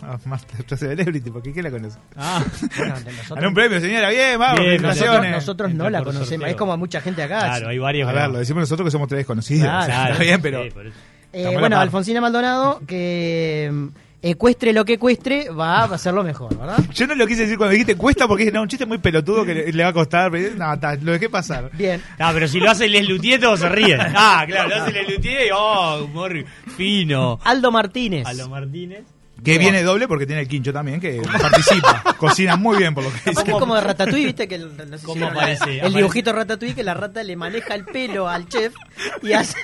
S6: a Masterchef Celebrity, porque ¿qué la conoce?
S7: Ah,
S15: Bueno, de nosotros-
S6: Ganó un premio, señora. Bien, vamos,
S7: Bien,
S15: nosotros,
S6: felicitaciones.
S15: nosotros no
S7: Entra
S15: la
S7: por
S15: conocemos.
S7: sorteo.
S15: Es como a mucha gente acá.
S7: claro, hay varios.
S6: A
S7: que-
S6: ver, lo decimos nosotros que somos tres desconocidos.
S15: Claro.
S6: Está bien, pero.
S7: Sí, por eso.
S15: Eh,
S6: Estamos
S15: bueno,
S6: la-
S15: Alfonsina Maldonado, que mm, ecuestre lo que ecuestre, va a hacer lo mejor, ¿verdad?
S6: Yo no lo quise decir cuando dijiste cuesta porque dije, no, un chiste muy pelotudo que le, le va a costar. pero, No, ta, lo dejé pasar.
S15: Bien.
S7: Ah, pero si lo hace Les Lutier, todos se ríen. Ah, claro, lo hace Les Lutier y, oh, humor fino.
S15: Aldo Martínez.
S7: A los Martínez.
S6: Que viene doble porque tiene el quincho también, que participa. Cocina muy bien, por lo que
S15: Capaz
S6: dice.
S15: que es como de Ratatouille, viste que el, no sé si
S7: ¿Cómo
S15: vieron
S7: aparece?
S15: el
S7: Aparece.
S15: dibujito Ratatouille que la rata le maneja el pelo al chef y hace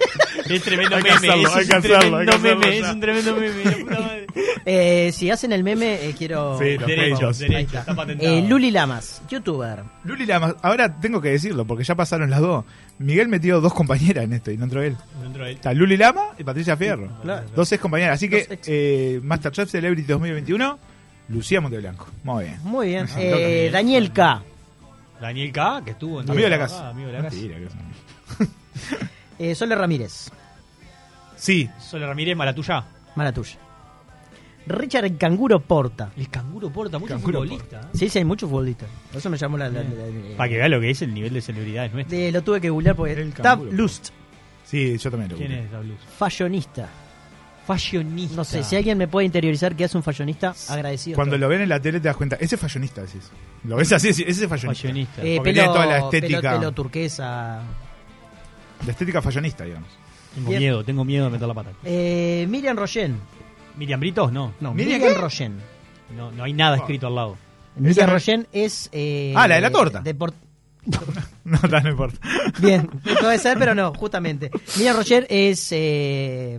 S7: Es tremendo
S6: Hay que
S7: meme.
S6: hacerlo,
S7: es,
S6: hay
S7: un
S6: que hacerlo,
S7: tremendo
S6: hay que hacerlo
S7: meme
S6: ya.
S7: es un tremendo meme. la puta madre.
S15: Eh, si hacen el meme eh, quiero
S6: Sí, los
S15: Ahí
S6: pechos.
S15: está.
S7: Derecho, está patentado.
S15: Eh, Luli Lamas, youtuber.
S6: Luli Lamas, ahora tengo que decirlo porque ya pasaron las dos. Miguel metió dos compañeras en esto y no entró él.
S7: No entró él.
S6: Está Luli Lama y Patricia Fierro.
S15: Claro.
S6: Dos ex compañeras. Así que
S15: Dos ex.
S6: eh, Masterchef Celebrity 2021, Lucía Monteblanco. Muy bien.
S15: Muy bien.
S6: Ajá.
S15: Eh, Daniel K.
S7: Daniel K, que estuvo en
S6: Amigo de la
S7: Ah,
S6: casa.
S7: amigo de la casa.
S6: Mentira, que son-
S15: Eh, Sole Ramírez,
S6: Sí,
S7: Sole Ramírez, mala tuya.
S15: mala tuya. Richard el Canguro Porta.
S7: El canguro porta mucho
S6: Canguro
S7: futbolista. ¿eh?
S15: Sí, sí, hay muchos futbolistas. Eso me Eh, llamó la... la- la- la-
S7: Para que vea lo que es el nivel de celebridad nuestro.
S15: de- lo tuve que googlear porque...
S6: El
S15: Tab
S6: Canguro.
S15: Lust.
S6: Sí, yo también lo
S7: ¿Quién
S6: busqué.
S7: es W?
S15: Fashionista.
S7: Fashionista.
S15: No sé, si alguien me puede interiorizar que hace un fashionista, agradecido.
S6: Cuando
S15: estoy.
S6: lo ven en la tele te das cuenta, ese es fallonista, decís. Lo ves así, decís, ese es fallonista.
S7: Fallonista.
S15: Eh,
S6: Porque
S15: pelo-
S6: tiene toda la
S15: Pelo,
S6: estética.
S15: pelo turquesa.
S6: La estética fallonista, digamos.
S7: Tengo
S15: Bien.
S7: miedo, tengo miedo de meter la pata.
S15: Eh, Miriam Royen.
S7: Miriam Britos, no.
S15: No,
S6: ¿Miriam
S15: Miriam,
S6: qué?
S15: Royen.
S7: No, no hay nada escrito al lado.
S15: Miriam Royen es. eh,
S6: Ah, la de la torta.
S15: depor-
S6: No, tal, no importa.
S15: Bien, puede ser, pero no, justamente. Miriam Royer es. eh,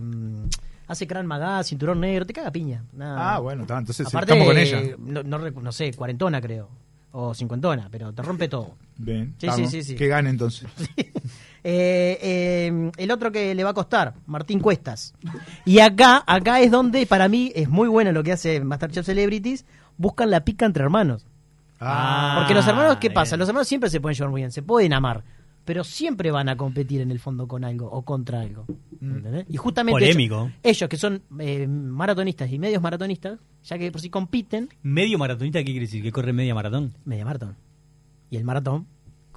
S15: hace Gran Magá, cinturón negro, te caga piña. Nada.
S6: Ah, bueno, está, entonces
S15: Aparte,
S6: estamos con ella.
S15: eh, No, no recu- no sé, cuarentona creo. O cincuentona, pero te rompe todo.
S6: Bien,
S15: Sí,
S6: estamos.
S15: sí, sí, sí.
S6: Que gane entonces.
S15: Eh, eh, el otro que le va a costar, Martín Cuestas. Y acá, acá es donde para mí es muy bueno lo que hace Masterchef Celebrities. Buscan la pica entre hermanos.
S7: Ah,
S15: Porque los hermanos, ¿qué pasa? Los hermanos siempre se pueden llevar muy bien, se pueden amar, pero siempre van a competir en el fondo con algo o contra algo. ¿entendés? Y justamente
S7: Mm. Polémico.
S15: Ellos, ellos que son eh, maratonistas y medios maratonistas, ya que de por si compiten,
S7: Medio maratonista, ¿qué quiere decir? ¿Que corre media maratón?
S15: media maratón. Y el maratón,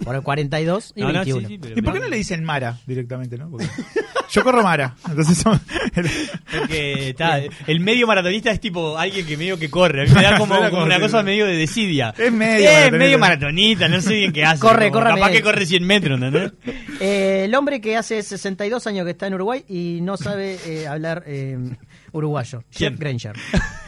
S15: por el 42 y
S7: No, no,
S15: 21.
S7: sí, sí, pero-
S6: ¿Y por qué no le dicen Mara directamente, no? Porque- yo corro Mara. Entonces son-
S7: Porque está, el medio maratonista es tipo alguien que medio que corre. A mí me da como,
S6: Suena
S7: como
S6: como
S7: una
S6: que-
S7: cosa medio de desidia.
S6: Es medio
S7: Eh,
S6: maratonista.
S7: medio maratonista, no sé bien qué hace.
S15: Corre,
S7: Como
S15: corre
S7: Capaz
S15: medio.
S7: que corre 100 metros, ¿entendés?
S15: Eh, el hombre que hace 62 años que está en Uruguay y no sabe eh, hablar eh, uruguayo,
S7: ¿Quién?
S15: Jeff Granger.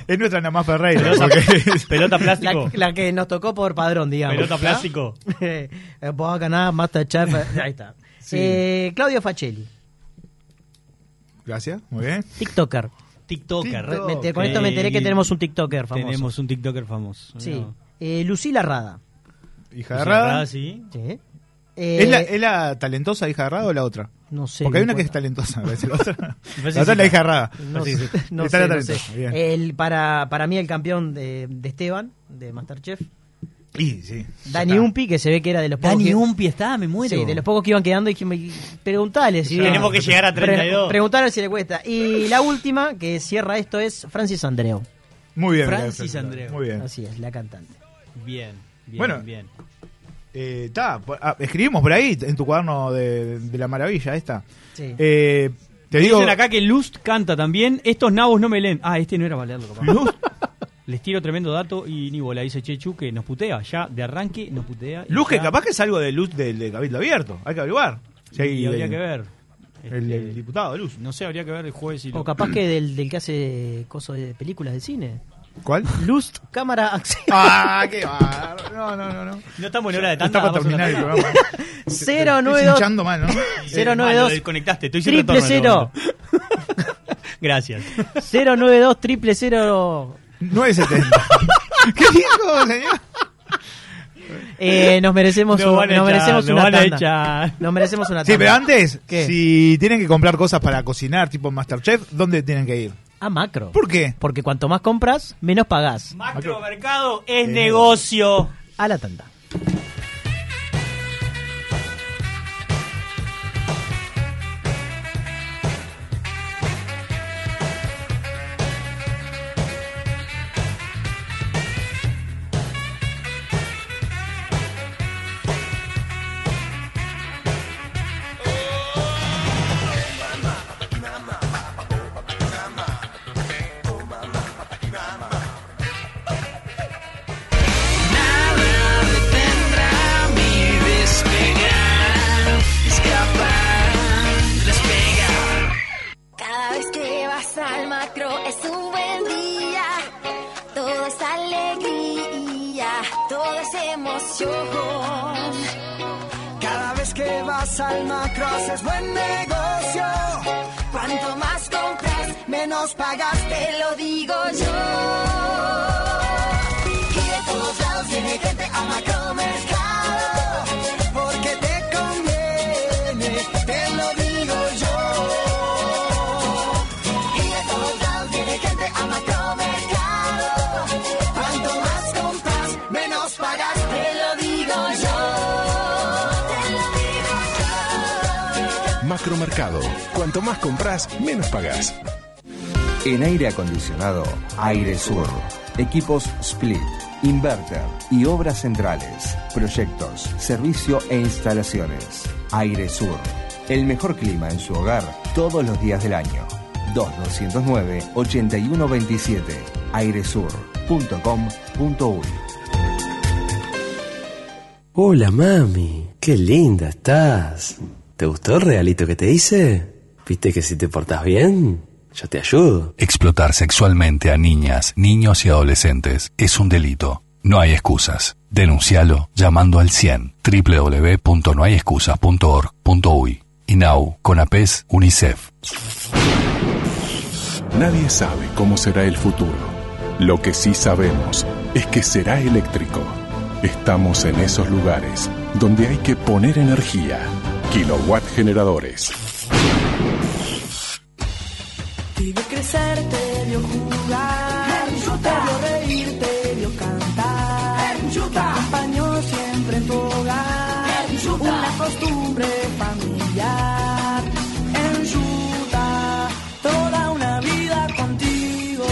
S6: es nuestra Namá Ferreira.
S7: Pelota,
S6: porque-
S7: pelota plástico.
S15: La, la que nos tocó por padrón, digamos.
S7: pelota
S15: ¿Ah?
S7: plástico.
S15: Eh, Vos ganar Masterchef. eh, Ahí está.
S6: Sí.
S15: Eh, Claudio Facelli,
S6: Gracias, muy bien.
S15: TikToker.
S7: TikToker.
S15: Re- me enteré- con esto me enteré que
S7: Eh,
S15: tenemos un TikToker famoso.
S7: Tenemos un TikToker famoso.
S15: Sí. Eh, Lucila Rada.
S6: Hija de
S7: Agarrada,
S6: Rada.
S7: sí.
S15: Sí.
S6: ¿Es, la,
S15: Eh,
S6: es la talentosa hija de Rada o la otra?
S15: No sé.
S6: Porque hay una
S15: no
S6: que es
S15: importa.
S6: talentosa, me parece. La otra,
S7: Me parece
S6: la, otra es la
S7: que-
S6: hija de Rada.
S15: No sé, no
S6: Está la
S15: sé, no
S6: talentosa,
S15: sé. Eh,
S6: bien.
S15: El- para, para mí el campeón de, de Esteban, de Masterchef.
S6: Y, sí.
S15: Dani
S6: Está.
S15: Umpi, que se ve que era de los pocos
S7: Dani
S15: que-
S7: Umpi está, me muero.
S15: Sí, de los pocos que iban quedando, dije, me- preguntale si...
S7: Tenemos que llegar a
S15: Pre-
S7: 32.
S15: preguntarle si le cuesta. Y la última que cierra esto es Francis Andreu.
S6: Muy bien.
S7: Francis
S6: Miguel,
S7: Andreu.
S6: Muy bien.
S15: Así es, la cantante.
S7: Bien, bien,
S6: Bueno.
S7: bien.
S6: Eh, ta, po- ah, escribimos por ahí, en tu cuaderno de, de la maravilla, esta.
S15: Sí.
S6: Eh, te digo...
S7: Dicen acá que Lust canta también. Estos nabos no me leen. Ah, este no era para leerlo, capaz.
S6: Lust.
S7: Les tiro tremendo dato y ni bola. Dice Chechu que nos putea. Ya de arranque nos putea. y
S6: Luz, que
S7: ya-
S6: capaz que es algo de luz del de Cabildo Abierto. Hay que averiguar. Si hay-
S7: y habría
S6: el-
S7: que ver.
S6: El,
S7: Este,
S6: el diputado, Luz.
S7: No sé, habría que ver el jueves. Si
S15: O
S7: lo-
S15: capaz que del, del que hace cosas de películas de cine.
S6: ¿Cuál?
S15: Lust, cámara, acción.
S6: ¡Ah, qué bar... No, no, no, no.
S7: No estamos en hora de
S6: Está
S7: tanta.
S6: para
S7: vamos a una
S6: terminar el
S7: tanda.
S6: programa. Estoy
S15: 092
S6: hinchando mal, ¿no?
S15: Cero,
S7: Eh,
S15: nueve,
S7: ah, lo
S15: dos.
S7: desconectaste. Estoy sin
S15: triple
S7: retorno
S15: cero
S7: en este momento. Gracias.
S15: 092 triple cero
S6: 970. ¿Qué dijo, señor?
S15: Eh, nos merecemos
S7: Nos
S15: un-
S7: van a
S15: nos
S7: echar,
S15: merecemos
S7: nos
S15: una
S7: van a
S15: tanda.
S7: echar.
S15: Nos merecemos una
S6: Sí,
S15: tanda.
S6: pero antes,
S15: ¿Qué?
S6: si tienen que comprar cosas para cocinar, tipo Masterchef, ¿dónde tienen que ir?
S15: A Ah, macro.
S6: ¿Por qué?
S15: Porque cuanto más compras, menos pagás.
S7: Macromercado
S6: Eh.
S7: es negocio.
S15: A la tanda.
S14: Nada detendrá mi despegar, escapar, despegar.
S18: Cada vez que vas al macro es un buen día. Todo es alegría, todo es emoción.
S14: Cada vez que vas al macro haces buen negocio.
S18: Cuanto más compras, menos pagas, te lo digo yo. Y de todos lados viene gente a Macromercado, porque te conviene, te lo digo yo. Y de todos lados viene gente a Macromercado, cuanto más compras, menos pagas, te lo digo yo. Te lo digo yo.
S19: Macromercado. Cuanto más compras, menos pagas.
S1: En aire acondicionado, Aire Sur. Equipos Split, Inverter y obras centrales. Proyectos, servicio e instalaciones. Aire Sur. el mejor clima en su hogar todos los días del año. 2209-8127 airesur.com.uy
S20: Hola mami, qué linda estás. ¿Te gustó el regalito que te hice? ¿Viste que si te portas bien, yo te ayudo?
S21: Explotar sexualmente a niñas, niños y adolescentes es un delito. No hay excusas. Denuncialo llamando al 100 www.nohayexcusas.org.uy. INAU, CONAPES, E UNICEF.
S19: Nadie sabe cómo será el futuro. Lo que sí sabemos es que será eléctrico. Estamos en esos lugares donde hay que poner energía. Kilowatt generadores.
S18: Te vio crecer, te vio jugar, te vio reír, te vio cantar, te acompañó siempre en tu hogar, una costumbre familiar. En Yuta, toda una vida contigo.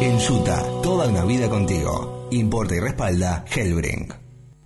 S1: En Yuta, toda una vida contigo. Importa y respalda Hellbrink.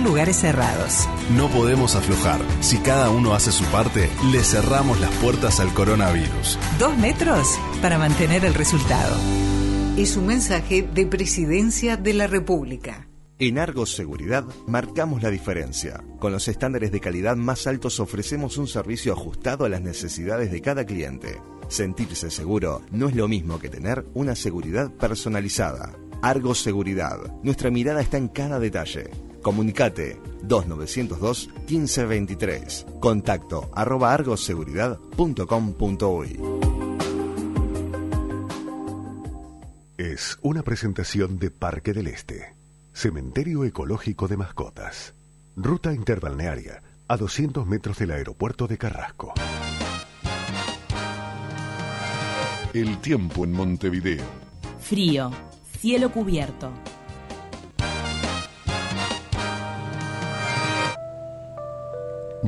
S22: lugares cerrados.
S23: No podemos aflojar. Si cada uno hace su parte, le cerramos las puertas al coronavirus.
S22: Dos metros para mantener el resultado.
S24: Es un mensaje de Presidencia de la República.
S1: En Argos Seguridad marcamos la diferencia. Con los estándares de calidad más altos ofrecemos un servicio ajustado a las necesidades de cada cliente. Sentirse seguro no es lo mismo que tener una seguridad personalizada. Argos Seguridad. Nuestra mirada está en cada detalle. Comunicate 2902 1523. Contacto arroba argoseguridad.com.uy.
S25: Es una presentación de Parque del Este, Cementerio Ecológico de Mascotas, ruta interbalnearia a 200 metros del aeropuerto de Carrasco.
S19: El tiempo en Montevideo.
S2: Frío, cielo cubierto.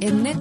S26: En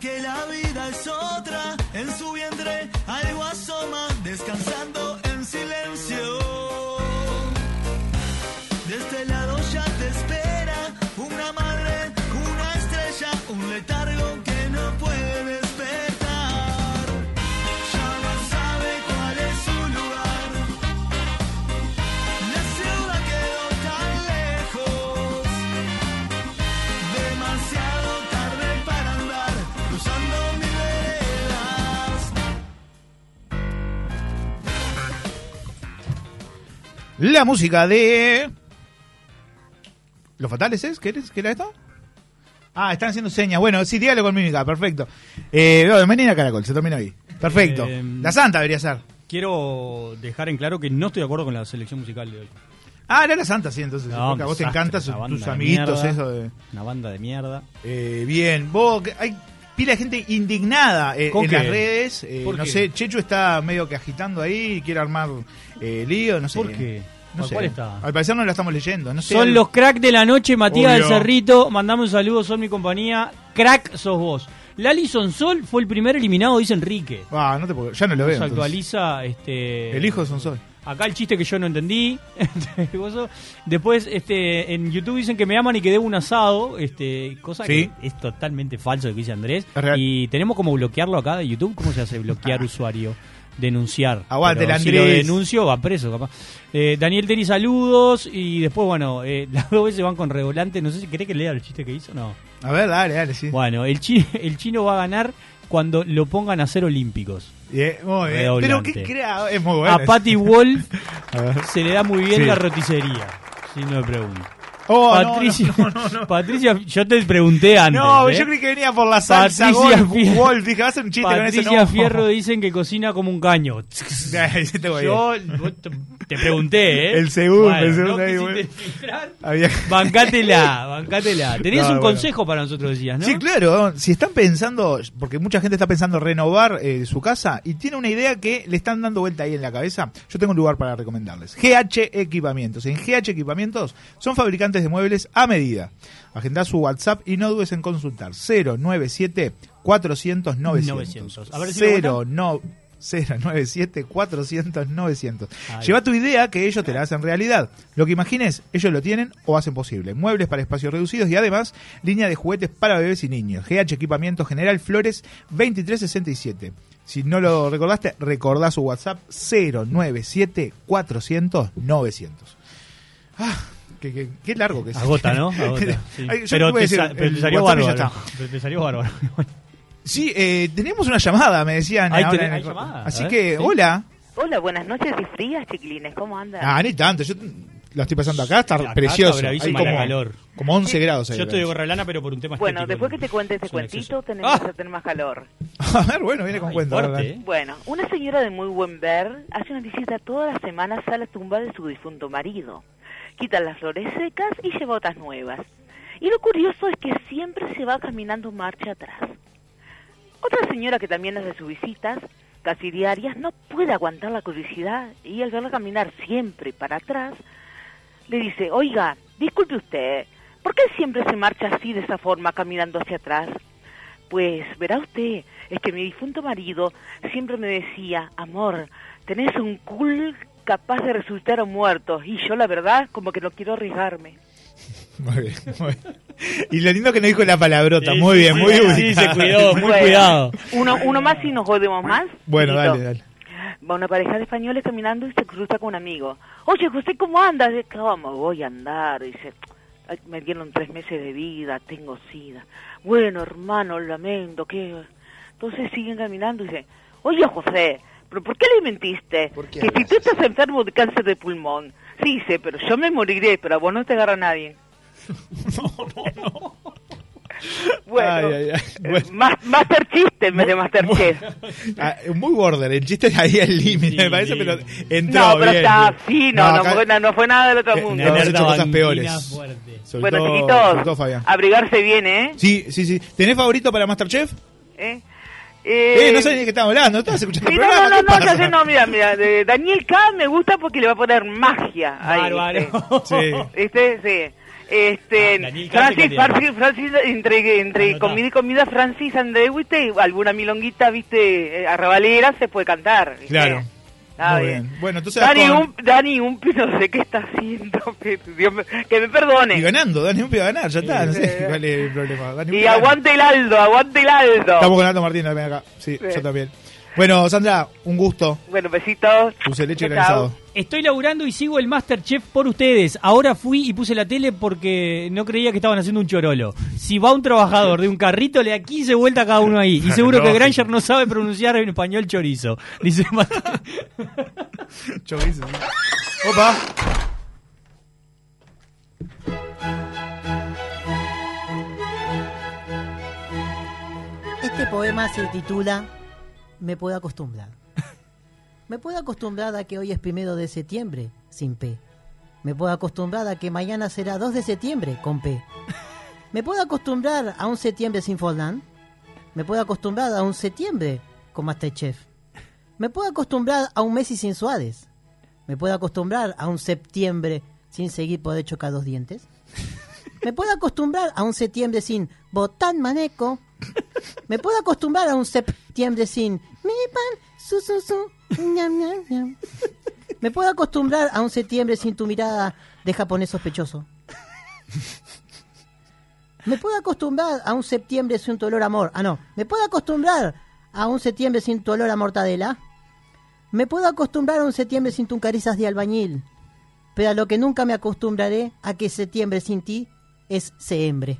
S17: que la vida es otra. En su vientre algo asoma, descansando en silencio. De este lado ya te espera una madre, una estrella, un letargo que no puede despertar. Ya no sabe cuál es su lugar. La ciudad quedó tan lejos. Demasiado tarde para andar cruzando mis veredas.
S6: La música de. ¿Los fatales es? ¿Qué, eres? ¿Qué era esto? Ah, están haciendo señas. Bueno, sí, dígalo con mímica, perfecto. Eh, no, bienvenida a Caracol, se terminó ahí. Perfecto.
S7: Eh,
S6: la Santa debería ser.
S7: Quiero dejar en claro que no estoy de acuerdo con la selección musical de hoy.
S6: Ah, era la Santa, sí, entonces.
S7: No,
S6: porque a vos te
S7: desastre, una
S6: encantan sus-
S7: banda
S6: tus
S7: de
S6: amiguitos,
S7: mierda.
S6: eso de.
S7: Una banda de mierda.
S6: Eh, bien, vos, que- hay pila de gente indignada eh,
S7: ¿Con
S6: en
S7: qué?
S6: las redes. eh,
S7: ¿Por
S6: no
S7: qué?
S6: sé, Chechu está medio que agitando ahí, quiere armar eh, lío, no sé.
S7: ¿Por qué?
S6: No
S7: ¿Cuál-
S6: sé.
S7: cuál está?
S6: Al parecer no la estamos leyendo. No sé,
S7: Son los cracks de la noche, Matías del Cerrito, mandame un saludo, son mi compañía. Crack sos vos. Lali Sonsol fue el primer eliminado, dice Enrique.
S6: Ah, no te puedo- ya no lo veo,
S7: Se
S6: entonces.
S7: actualiza este.
S6: El hijo de Sonsol.
S7: Acá el chiste que yo no entendí. Vos sos- Después, este, en YouTube dicen que me aman y que debo un asado. Este, cosa
S6: Sí.
S7: que es totalmente falso lo que dice Andrés. Y tenemos como bloquearlo acá de YouTube. ¿Cómo se hace
S6: Ah.
S7: bloquear usuario? Denunciar.
S6: Aguante,
S7: Pero
S6: el
S7: si lo
S6: Andrés.
S7: denuncio, va preso, capaz. Eh, Daniel Teri, saludos. Y después, bueno, eh, las dos veces van con Revolante. No sé si querés que lea el chiste que hizo no.
S6: A ver, dale, dale, sí.
S7: Bueno, el, chi- el chino va a ganar cuando lo pongan a hacer olímpicos.
S6: Bien, muy bien.
S7: Redoblante.
S6: eh, Pero qué crea, es muy bueno.
S7: A Patty Wolf se le da muy bien
S6: Sí.
S7: la roticería, si no me pregunto.
S6: Oh, no,
S7: Patricia, Patricia, yo te pregunté antes.
S6: No,
S7: ¿eh?
S6: yo creí que venía por la salsa
S7: Patricia
S6: Golf,
S7: Fierro-
S6: Wolf. Dije, va a ser un chiste con eso.
S7: Patricia
S6: No.
S7: Fierro dicen que cocina como un caño. Yo vos te, te pregunté, ¿eh?
S6: El segundo,
S7: Bueno,
S6: el segundo
S7: no
S6: ahí,
S7: quisiste
S6: bueno.
S7: filtrar.
S6: Había-
S7: Bancátela, bancátela. Tenías
S6: No,
S7: un
S6: bueno.
S7: consejo para nosotros, decías, ¿no?
S6: Sí, claro. Si están pensando, porque mucha gente está pensando renovar eh, su casa y tiene una idea que le están dando vuelta ahí en la cabeza, yo tengo un lugar para recomendarles. GH Equipamientos. En GH Equipamientos son fabricantes de muebles a medida. Agenda su WhatsApp y no dudes en consultar. 097 400 900.
S7: 900. A ver si lo aguanta.
S6: 097 400 900.
S7: Ahí.
S6: Lleva tu idea que ellos te la hacen realidad. Lo que imagines, ellos lo tienen o hacen posible. Muebles para espacios reducidos y además línea de juguetes para bebés y niños. GH Equipamiento General Flores 2367. Si no lo recordaste, recordá su WhatsApp 097 400 900. Ah, qué, qué- qué largo que es.
S7: Agota, ¿no? Agota, sí.
S6: Ay, yo
S7: pero,
S6: te voy a
S7: te
S6: decir,
S7: sa- pero te
S6: el
S7: salió
S6: WhatsApp y ya
S7: bárbaro.
S6: está.
S7: Pero te salió bárbaro.
S6: Sí, eh, tenemos una llamada, me decían.
S7: Ahí
S6: ahora
S7: tenés-
S6: en el
S7: hay
S6: corte.
S7: llamada,
S6: Así
S7: a ver, sí.
S6: que, hola.
S11: Hola, buenas noches y frías, chiquilines. ¿Cómo andan?
S6: Ah, ni tanto. Yo la estoy pasando acá, está
S7: Acá
S6: precioso.
S7: está
S6: Hay
S7: bravísima
S6: como,
S7: la calor.
S6: como 11 grados. ahí,
S7: Yo estoy de
S6: grados.
S7: gorra lana, pero por un tema
S11: bueno,
S7: estético.
S11: después que te cuente ese
S7: Es un exceso.
S11: cuentito, tenemos
S6: Ah.
S11: que tener más calor.
S6: A ver, bueno, viene con cuento.
S7: fuerte,
S6: a ver.
S7: ¿eh?
S11: Bueno, una señora de muy buen ver hace una visita todas las semanas a la tumba de su difunto marido. Quita las flores secas y lleva otras nuevas. Y lo curioso es que siempre se va caminando marcha atrás. Otra señora que también hace sus visitas, casi diarias, no puede aguantar la curiosidad y al verla caminar siempre para atrás, le dice, oiga, disculpe usted, ¿por qué siempre se marcha así de esa forma caminando hacia atrás? Pues verá usted, es que mi difunto marido siempre me decía, amor, tenés un cool capaz de resucitar a muertos y yo la verdad como que no quiero arriesgarme.
S6: Muy bien, muy bien. Y lo lindo que no dijo la palabrota. muy bien, muy bien.
S11: Bueno, Uno, uno más y nos jodemos más.
S6: Bueno,
S11: Listo.
S6: dale, dale.
S11: Va una pareja de españoles caminando y se cruza con un amigo. Oye, José, ¿cómo andas? Dice, ¿Cómo voy a andar? Dice, "Ay, me dieron tres meses de vida, tengo sida. Bueno, hermano, lamento, que... Entonces siguen caminando y dice, oye, José, ¿pero por qué le mentiste? que si tú estás enfermo de cáncer de pulmón. Sí, dice, pero yo me moriré, pero a vos no te agarra nadie. Bueno,
S6: Ay,
S11: eh,
S6: ay, ay. Bueno.
S11: Más, master chiste en vez de Masterchef.
S6: Ah, muy border. El chiste es ahí al límite, me parece, pero entró
S11: no, pero
S6: bien.
S11: está fino, no,
S6: acá-
S11: fue, na- no fue nada del otro
S6: eh,
S11: mundo.
S6: hemos hecho cosas peores. Sobre
S11: Bueno,
S6: todo-
S11: chiquitos,
S6: sobre todo Fabián.
S11: abrigarse bien, ¿eh?
S6: Sí, sí, sí. ¿Tenés favorito para Masterchef?
S11: ¿Eh?
S6: Eh, no sé ni de qué estamos hablando, estás escuchando
S11: Sí,
S6: el
S11: no,
S6: programa.
S11: no, no,
S6: ¿qué
S11: no,
S6: pasa?
S11: ya sé, no, mira, mira, de Daniel K me gusta porque le va a poner magia ahí.
S6: Bárbaro. Ah,
S11: ¿viste? ¿Viste? Sí. Este,
S6: Daniel K
S11: Francis,
S6: italiano.
S11: Francis, Francis, entre, entre comida y comida, Francis Andrewite, alguna milonguita, viste, eh, arrabalera, se puede cantar. ¿viste?
S6: Claro.
S11: Está
S6: Muy
S11: bien.
S6: bien. Bueno, entonces.
S11: Dani,
S6: con-
S11: un, Dani, un, no sé qué está haciendo, pero Dios me- que me perdone.
S6: Y ganando, Dani Umpi va a ganar, ya está, no
S11: Sí.
S6: sé cuál es el problema. Dani Umpi
S11: Y
S6: gana.
S11: aguante el Aldo, aguante el Aldo.
S6: Estamos con Aldo Martín también acá. Sí,
S11: Sí.
S6: yo también. Bueno, Sandra, un gusto.
S11: Bueno, besitos.
S6: Dulce de leche granizado.
S7: Estoy laburando y sigo el Masterchef por ustedes. Ahora fui y puse la tele porque no creía que estaban haciendo un chorolo. Si va un trabajador de un carrito, le da 15 vueltas a cada uno ahí. Y seguro que
S6: Lógico.
S7: Granger no sabe pronunciar en español chorizo. Dice Mate-
S6: Chorizo. Opa.
S8: Este poema se titula Me puedo acostumbrar. Me puedo acostumbrar a que hoy es primero de septiembre, sin P. Me puedo acostumbrar a que mañana será 2 de septiembre, con P. Me puedo acostumbrar a un septiembre sin Forlán. Me puedo acostumbrar a un septiembre con Masterchef. Me puedo acostumbrar a un Messi sin Suárez. Me puedo acostumbrar a un septiembre sin seguir poder chocar dos dientes. Me puedo acostumbrar a un septiembre sin Botán Maneco. Me puedo acostumbrar a un septiembre sin mi pan, su, su, su, ñam, ñam, ñam. Me puedo acostumbrar a un septiembre sin tu mirada de japonés sospechoso. Me puedo acostumbrar a un septiembre sin tu olor a amor. Ah, no. Me puedo acostumbrar a un septiembre sin tu olor a mortadela. Me puedo acostumbrar a un septiembre sin tus caricias de albañil. Pero a lo que nunca me acostumbraré a que septiembre sin ti es septiembre.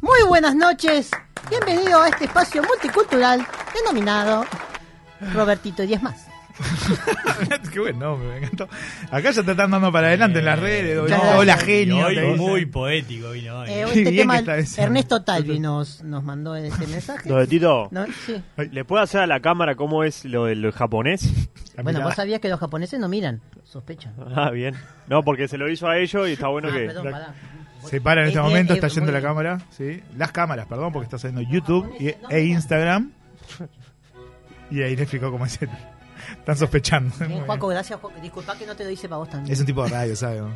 S8: Muy buenas noches. Bienvenido a este espacio multicultural denominado Robertito y 10 más.
S6: Qué buen nombre, me encantó. Acá ya te están dando para adelante en las redes.
S7: Muchas
S6: hola, hola,
S7: gracias.
S6: genio.
S7: Y
S6: te
S7: hoy
S6: dicen.
S7: muy poético vino hoy.
S8: Eh,
S6: Qué
S8: este
S6: bien que
S8: tema,
S6: está ese.
S8: Ernesto Talvi nos, nos mandó ese mensaje.
S27: Robertito,
S8: No, sí.
S27: ¿le puedo hacer a la cámara cómo es lo del japonés?
S6: Ah,
S8: Bueno, vos sabías que los japoneses no miran, sospechan.
S27: Ah, bien. No, porque se lo hizo a ellos y está bueno que...
S8: Ah, perdón, pará.
S6: Se para en este
S8: Eh,
S6: momento,
S8: eh,
S6: está
S8: eh,
S6: yendo
S8: muy
S6: la
S8: bien.
S6: cámara. ¿sí? Las cámaras, perdón, porque está saliendo YouTube y- e Instagram. Y ahí le explicó cómo es él. Están sospechando. Muy
S8: Bien,
S6: bien.
S8: Juaco, Eh, gracias. Juaco. Disculpa que no te lo hice para vos también.
S6: Es un tipo de radio, ¿sabes? no?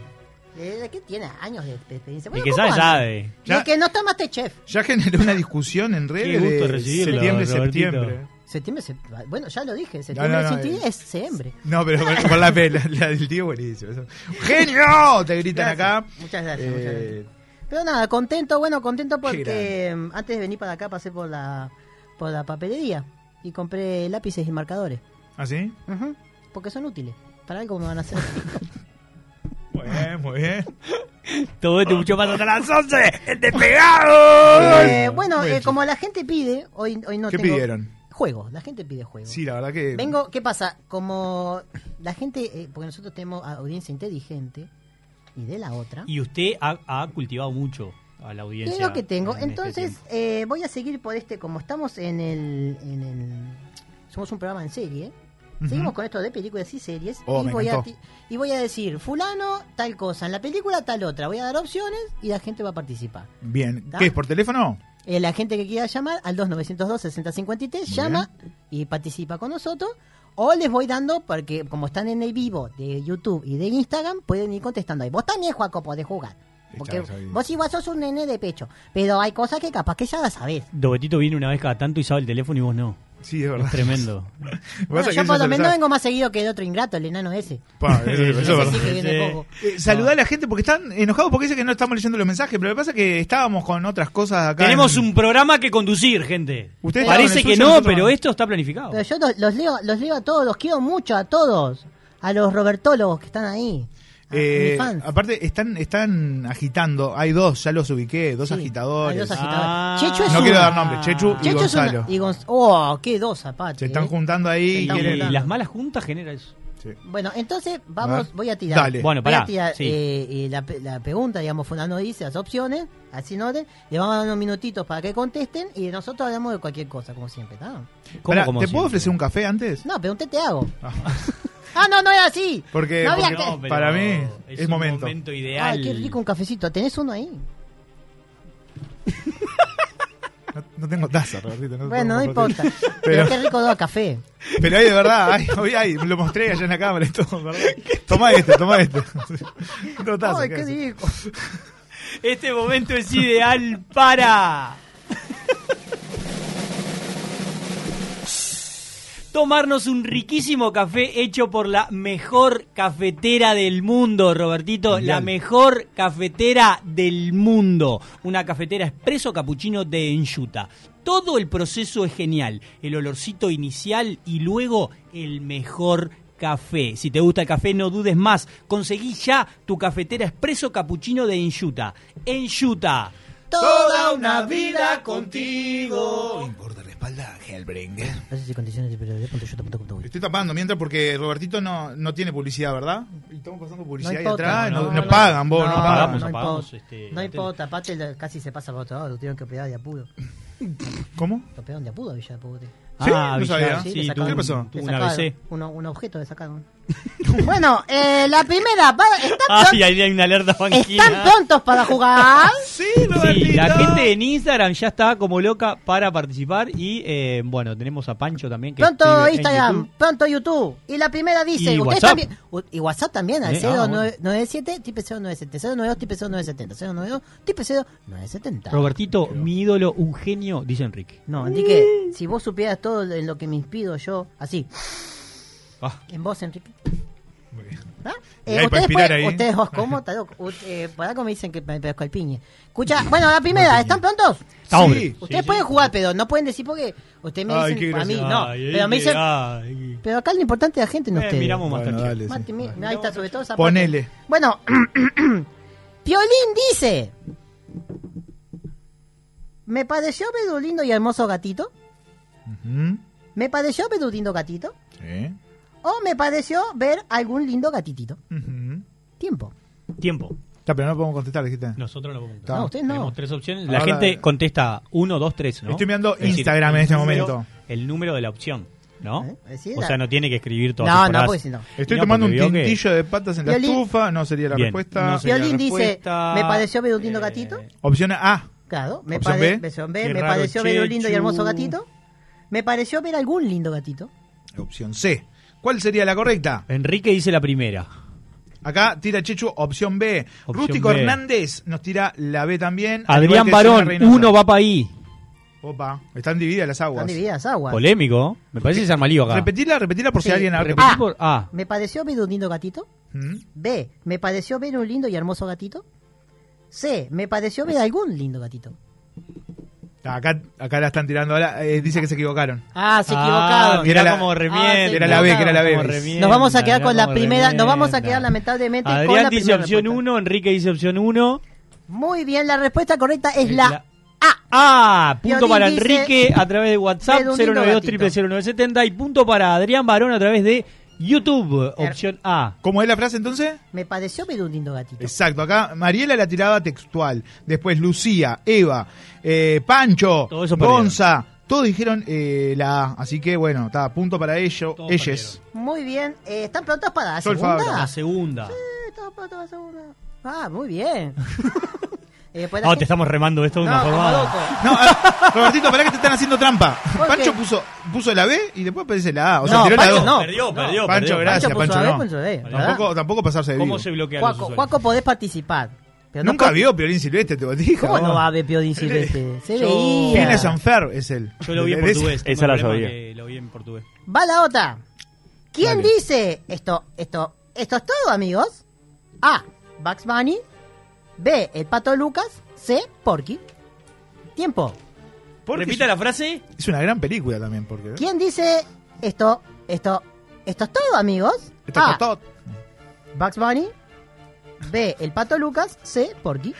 S8: Eh, ¿Qué tiene? Años de de experiencia.
S6: que
S8: ¿cómo
S6: sabe,
S8: anda?
S6: sabe.
S8: Y
S6: Ya-
S8: el que no está Masterchef.
S6: Ya generó una discusión en redes
S7: gusto
S6: de
S7: recibirlo,
S6: septiembre,
S7: Robertito.
S6: septiembre.
S8: Septiembre, ah, sep- bueno, ya lo dije, septiembre
S6: no,
S8: sin ti
S6: es-
S8: es, septiembre.
S6: No, pero con, con la P, la, la del tío buenísimo. eso. ¡Genio! Te gritan acá.
S8: Muchas gracias, muchas
S6: Eh,
S8: gracias. Pero nada, contento, bueno, contento porque
S6: grande.
S8: em, antes de venir para acá pasé por la por la papelería y compré lápices y marcadores.
S6: ¿Ah, sí?
S8: Ujú, porque son útiles. Para algo me van a hacer.
S6: Muy bien, muy bien. Este
S7: Todo esto y mucho más hasta las 11. ¡El
S6: despegado!
S8: Eh, bueno,
S6: ¡Ah! Muy
S8: eh,
S6: bien.
S8: como la gente pide, hoy, hoy no
S6: ¿Qué
S8: tengo-
S6: pidieron? Eh,
S8: Juegos, la gente pide juegos.
S6: Sí, la verdad que.
S8: Vengo, ¿qué pasa? Como la gente, eh, porque nosotros tenemos audiencia inteligente y de la otra.
S7: Y usted ha, ha cultivado mucho a la audiencia.
S8: Es lo que tengo.
S7: en este
S8: Entonces,
S7: tiempo.
S8: eh, voy a seguir por este, como estamos en el, en el- Somos un programa en serie.
S4: Ujú.
S8: Seguimos con esto de películas y series.
S4: Oh,
S8: y,
S4: me
S8: voy a,
S4: encantó.
S8: ti- y voy a decir, fulano, tal cosa, en la película tal otra. Voy a dar opciones y la gente va a participar.
S6: Bien.
S8: ¿Da?
S6: ¿Qué es? ¿Por teléfono?
S8: Eh, la gente que quiera llamar al 2902-6053 llama y participa con nosotros. O les voy dando, porque como están en el vivo de YouTube y de Instagram, pueden ir contestando ahí. Vos también, Juaco, podés jugar. Porque
S7: Estamos ahí.
S8: vos igual sos un nene de pecho. Pero hay cosas que capaz que ya las sabés.
S7: Dobetito viene una vez cada tanto y sabe el teléfono y vos no.
S6: Sí, es
S7: verdad. Es tremendo.
S8: Bueno, yo por lo menos vengo más seguido que el otro ingrato, el enano ese.
S6: Pa, eh, eso me pasó,
S8: Ese sí
S6: ¿verdad?
S8: que viene poco.
S6: Eh, saludá a la gente porque están enojados porque dice que no estamos leyendo los mensajes, pero lo que pasa es que estábamos con otras cosas acá.
S7: Tenemos
S6: en-
S7: un programa que conducir, gente.
S6: Ustedes
S7: Parece
S6: estaban en
S7: que
S6: suyo,
S7: no,
S6: nosotros
S7: pero
S6: no.
S7: esto está planificado.
S8: Pero yo los, los leo, los leo a todos, los quiero mucho a todos. A los robertólogos que están ahí.
S6: Eh,
S8: mis fans.
S6: aparte, están, están agitando. Hay dos, ya los ubiqué, dos agitadores.
S8: hay dos agitadores.
S7: Ah.
S8: Chechu es
S6: no
S8: una.
S6: quiero dar nombres, Chechu, y
S8: Chechu es una-
S6: Gonzalo.
S8: y Gonz- ¡Oh, qué dos zapatos!
S6: Se están juntando ahí.
S8: están
S6: quieren-
S8: juntando.
S7: Las malas juntas generan eso.
S8: Bueno, entonces vamos,
S7: A ver.
S8: voy a tirar.
S7: Dale. Bueno,
S8: Voy a
S7: pará,
S8: tirar,
S7: sí.
S8: eh, eh, la, pe- la pregunta, digamos, Fulano dice las opciones, así no le vamos a dar unos minutitos para que contesten y nosotros hablamos de cualquier cosa, como siempre, ¿está?
S6: Pará, ¿Te puedo ofrecer un café antes?
S8: No, pregunté te hago. ah, no, no era así.
S6: Porque,
S8: No había
S6: porque
S8: que-
S6: para mí
S7: es
S6: es,
S7: un
S6: momento.
S7: momento
S8: Ay, qué rico un cafecito. ¿Tenés uno ahí?
S6: No tengo taza, Robertito. No
S8: Bueno, no
S6: puedo
S8: importa.
S6: compartir.
S8: Pero
S6: Pero,
S8: qué rico da café.
S6: pero hay de verdad, hay, hoy hay, lo mostré allá en la cámara y todo, ¿verdad? Tomá este, tomá este. No taza,
S8: Ay,
S6: ¿qué
S8: qué
S6: haces?
S8: rico.
S7: Este momento es ideal para tomarnos un riquísimo café hecho por la mejor cafetera del mundo, Robertito, la
S6: Mundial.
S7: mejor cafetera del mundo, una cafetera expreso capuchino de Enchuta. Todo el proceso es genial, el olorcito inicial y luego el mejor café. Si te gusta el café, no dudes más, conseguí ya tu cafetera expreso capuchino de Enchuta. Enchuta.
S8: Toda una vida contigo.
S6: Estoy tapando mientras porque Robertito no, no tiene publicidad, ¿verdad? Y estamos pasando publicidad
S8: importa,
S6: ahí atrás.
S8: no,
S6: No,
S8: no,
S6: no
S8: no.
S6: pagan, vos, no,
S8: No,
S6: pagan.
S8: no importa.
S7: apagamos, este,
S8: No
S7: la
S8: importa, aparte la- casi se pasa para otro lado, lo tuvieron que operar de apuro.
S6: ¿Cómo?
S8: Lo operaron de apuro a Villa de Pobre.
S6: Sí,
S7: Ah,
S6: no sabía.
S8: Ah, Sí,
S6: Sí, ¿tú-
S8: le sacaron-
S6: ¿Qué pasó?
S8: le
S6: Tuvo
S7: una
S8: sacaron
S7: AVC.
S8: uno- un objeto le sacaron. bueno, eh, la primera. va- ¿Están,
S7: Ay, ahí hay una alerta banquina.
S8: están tontos para jugar?
S7: Sí, la gente en Instagram ya está como loca para participar y eh, bueno, tenemos a Pancho también que escribe
S8: Pronto
S7: en
S8: Instagram,
S7: YouTube.
S8: pronto YouTube. Y la primera dice,
S7: Y
S8: ustedes
S7: WhatsApp.
S8: también. u- Y WhatsApp también, al
S7: Eh, ah,
S8: 097, tipe 097, 092, tipe 0970, 092, tipe 0970.
S7: Robertito, mi ídolo, un genio, dice Enrique.
S8: No, Enrique, si vos supieras todo en lo que me inspiro yo, así.
S7: Ah.
S8: En vos, Enrique. ¿Ah?
S6: Y hay para
S8: ustedes,
S6: inspirar
S8: pueden-
S6: ahí.
S8: ustedes vos, ¿cómo? Está loco. U- eh, por algo me dicen que me pesco el piñe. Escucha, bueno, la primera, ¿están prontos?
S7: Está hombre.
S8: Ustedes pueden jugar, pero no pueden decir porque ustedes me
S6: Ay,
S8: dicen
S6: qué
S8: a mí,
S6: gracioso.
S8: no.
S7: Ay,
S8: pero me
S7: ay,
S8: dicen,
S7: ay.
S8: pero acá lo importante es la gente, no
S7: Eh,
S8: ustedes.
S7: miramos más
S6: Bueno, dale, sí.
S8: Mati, mi- ahí está, sobre todo esa parte.
S6: Ponele.
S8: Bueno, Piolín dice: Me pareció ver un lindo y hermoso gatito.
S6: Ujú.
S8: Me pareció ver un lindo gatito.
S6: Sí.
S8: O me pareció ver algún lindo gatitito.
S6: Ujú.
S8: Tiempo.
S7: Tiempo.
S6: Está, pero no podemos contestar, dijiste.
S7: Nosotros no podemos.
S6: Está.
S8: No, ustedes no.
S7: Tenemos tres opciones. La
S6: Ahora- eh,
S7: gente contesta 1, 2, 3, ¿no?
S6: Estoy mirando
S7: Es decir,
S6: Instagram en
S7: el
S6: este
S7: número-
S6: momento.
S7: El número de la opción, ¿no?
S8: ¿Eh? Es decir,
S7: O
S8: la-
S7: sea, no tiene que escribir todas
S8: No,
S7: las
S8: no,
S7: temporadas.
S8: pues, no.
S6: Estoy
S7: No,
S6: tomando un
S7: porque vio que-
S6: tintillo de patas en la
S8: Violín-
S6: estufa, no sería la
S7: Bien,
S6: respuesta.
S7: no sé.
S8: Piolín
S7: la
S8: dice:
S7: respuesta. eh,
S8: Me pareció ver un lindo gatito.
S6: Opción A.
S8: Claro, me,
S6: Opción
S8: pare-
S6: B.
S8: opción B,
S7: Qué
S8: me
S7: raro,
S8: pareció ver un lindo y hermoso
S7: Chechu.
S8: gatito. Me pareció ver algún lindo gatito.
S6: Opción C. ¿Cuál sería la correcta?
S7: Enrique dice la primera.
S6: Acá tira Chechu, opción B.
S7: Opción
S6: Rústico
S7: B.
S6: Hernández nos tira la B también. al igual
S7: Adrián
S6: que Silvia
S7: Barón,
S6: Reynoso.
S7: uno va para ahí.
S6: Opa, están divididas las aguas.
S8: Están divididas aguas.
S7: Polémico. Me parece que se armalío acá.
S6: Repetila, repetila por si
S8: Sí,
S6: alguien ha
S7: Repetí
S8: Ah.
S7: por- ah.
S8: Me pareció ver un lindo gatito.
S6: ¿Mm?
S8: B. Me pareció ver un lindo y hermoso gatito. C. Me pareció ver algún lindo gatito.
S6: Ah, Acá, acá la están tirando ahora. eh, dice que se equivocaron.
S8: Ah, se
S7: Ah,
S8: equivocaron.
S6: mira.
S7: mirá
S6: Era la-
S7: cómo
S8: Ah, se
S7: remienda.
S6: Era la B, que era la B.
S7: Cómo
S6: Nos
S7: remienda,
S8: Nos vamos a quedar
S7: mirá
S8: con la
S7: cómo
S8: primera. Nos vamos a quedar
S7: remienda.
S8: lamentablemente con la
S7: Adrián dice
S8: primera
S7: opción
S8: respuesta.
S7: 1, Enrique dice opción 1.
S8: Muy bien, la respuesta correcta es la
S7: Ah, punto
S8: Piolín
S7: para
S8: dice-
S7: Enrique a través de WhatsApp
S8: Pedro, un lindo
S7: 092 0970 y punto para Adrián Barón a través de YouTube, opción A.
S6: ¿Cómo es la frase entonces?
S8: Me pareció ver un lindo gatito.
S6: Exacto, acá Mariela la tiraba textual. Después Lucía, Eva, eh, Pancho,
S7: Todo eso perdieron.
S6: Gonza. Todos dijeron eh, la A. Así que bueno, está punto para ello.
S7: Todos
S6: Ellas.
S8: Muy bien. eh, ¿Están prontos para la
S6: Sol
S8: segunda?
S6: Fabra.
S7: La segunda.
S8: Eh, ¿están prontos para la segunda? Ah, muy bien. Eh, después la
S7: Ah, te
S8: gente-
S7: estamos remando esto de una
S8: No, como
S7: forma.
S8: loco.
S6: No, ah, Robertito, pará que te están haciendo trampa.
S8: ¿Por qué?
S6: Pancho puso, puso la B y después aparece la A. O sea,
S8: No,
S6: tiró
S8: Pancho
S6: la 2.
S8: no.
S7: Perdió, perdió,
S6: Pancho,
S7: perdió.
S6: gracias,
S8: Pancho puso
S6: Pancho.
S8: la B,
S6: no.
S8: puso la B, ¿verdad?
S6: tampoco, tampoco pasarse de
S7: ¿Cómo
S6: vivo.
S7: se bloquea los
S8: Juaco,
S7: usuarios?
S8: Juaco, podés participar. Pero no
S6: Nunca
S8: con-
S6: vio Piolín Silvestre, te digo.
S8: ¿Cómo no va a ver Piodín Silvestre? Se
S7: Yo-
S8: veía.
S6: Fines Sanfer es él.
S7: Yo lo vi en
S6: De- de-
S7: portugués.
S27: Esa
S7: Tengo
S27: la
S7: el problema
S27: sabía.
S7: que Lo vi en portugués.
S8: Va la otra. ¿Quién
S6: Dale.
S8: dice esto, esto, esto es todo, amigos? A. Bugs Bunny. B. El pato Lucas. C. Porky. Tiempo.
S6: Porque
S7: Repita la frase.
S6: Es una gran película también, porque.
S8: ¿Quién dice esto, esto, esto es todo, amigos?
S6: Esto
S8: A.
S6: es todo.
S8: Bugs Bunny. B. El pato Lucas. C. Porky.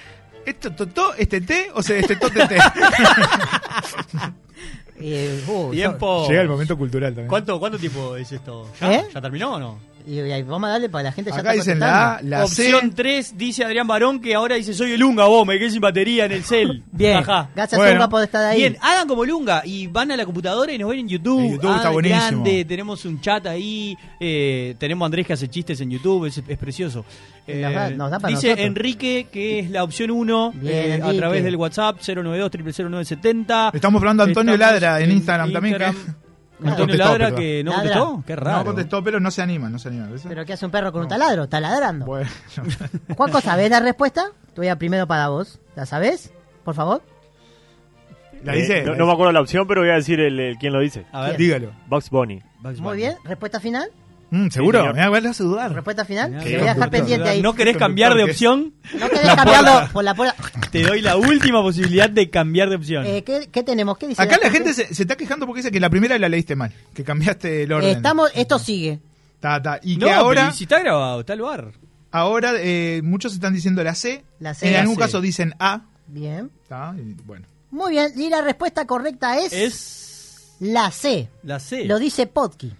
S6: Esto, to, to, este té o se este to, te, te.
S8: Eh, uh,
S7: Tiempo.
S8: Eh,
S6: Llega el momento cultural también.
S7: ¿Cuánto, ¿Cuánto tiempo es esto? ¿Ya,
S8: ¿Eh?
S7: ¿Ya terminó o no?
S8: yo- Y, y vamos a darle para la gente ya
S6: Acá
S8: está
S6: dicen la
S8: contestando.
S6: A, la C.
S7: Opción 3 dice Adrián Barón que ahora dice soy el Unga, vos, me quedé sin batería en el cel.
S8: Bien, gracias Bueno. Unga por estar ahí.
S7: Bien, hagan como el Unga y van a la computadora y nos ven en YouTube.
S6: En YouTube
S7: Ah,
S6: está buenísimo.
S7: grande, tenemos un chat ahí, eh, tenemos a Andrés que hace chistes en YouTube, es, es precioso. Eh,
S8: Nos da- nos da para
S7: dice
S8: nosotros.
S7: Enrique que es la opción 1
S8: Bien,
S7: a
S8: Enrique.
S7: través del WhatsApp 092 0970
S6: Estamos hablando a Antonio Ladra en Instagram también, que- no
S7: Antonio
S6: contestó,
S7: Ladra
S6: pero-
S7: que no
S8: Ladra.
S7: contestó, qué raro.
S6: No contestó, pero no se anima, no se anima. ¿ves?
S8: ¿Pero qué hace un perro con un taladro? Está ladrando. Juanco, ¿sabés la respuesta? Te voy a primero para vos. ¿La sabés? Por favor.
S6: La
S27: Eh,
S6: dice-
S27: no, no me acuerdo la opción, pero voy a decir el, el- quién lo dice.
S6: A ver. ¿Quién? Dígalo.
S27: Box Bunny.
S8: Muy bien. ¿Respuesta final?
S6: Mm, ¿Seguro?
S27: Sí, señor.
S6: Me da vuelta a dudar.
S8: ¿Respuesta final?
S6: Qué
S8: Te voy a dejar
S6: conductor.
S8: pendiente ahí.
S7: ¿No querés cambiar de opción?
S8: No querés cambiarlo por la puerta.
S7: Te doy la última posibilidad de cambiar de opción.
S8: Eh, ¿qué, qué tenemos? ¿Qué dice
S6: Acá la gente se, se está quejando porque dice que la primera la leíste mal, que cambiaste el orden.
S8: Estamos, esto sigue.
S6: Ta, ta. Y
S7: no,
S6: que
S7: pero
S6: ahora,
S7: ¿y si está grabado, está el bar.
S6: ahora eh, muchos están diciendo la C.
S8: La C.
S6: en
S8: La
S6: algún
S8: C.
S6: caso dicen A.
S8: Bien.
S6: Ta, y bueno.
S8: Muy bien. Y la respuesta correcta es,
S7: Es
S8: la C.
S7: la C.
S8: Lo dice Podky.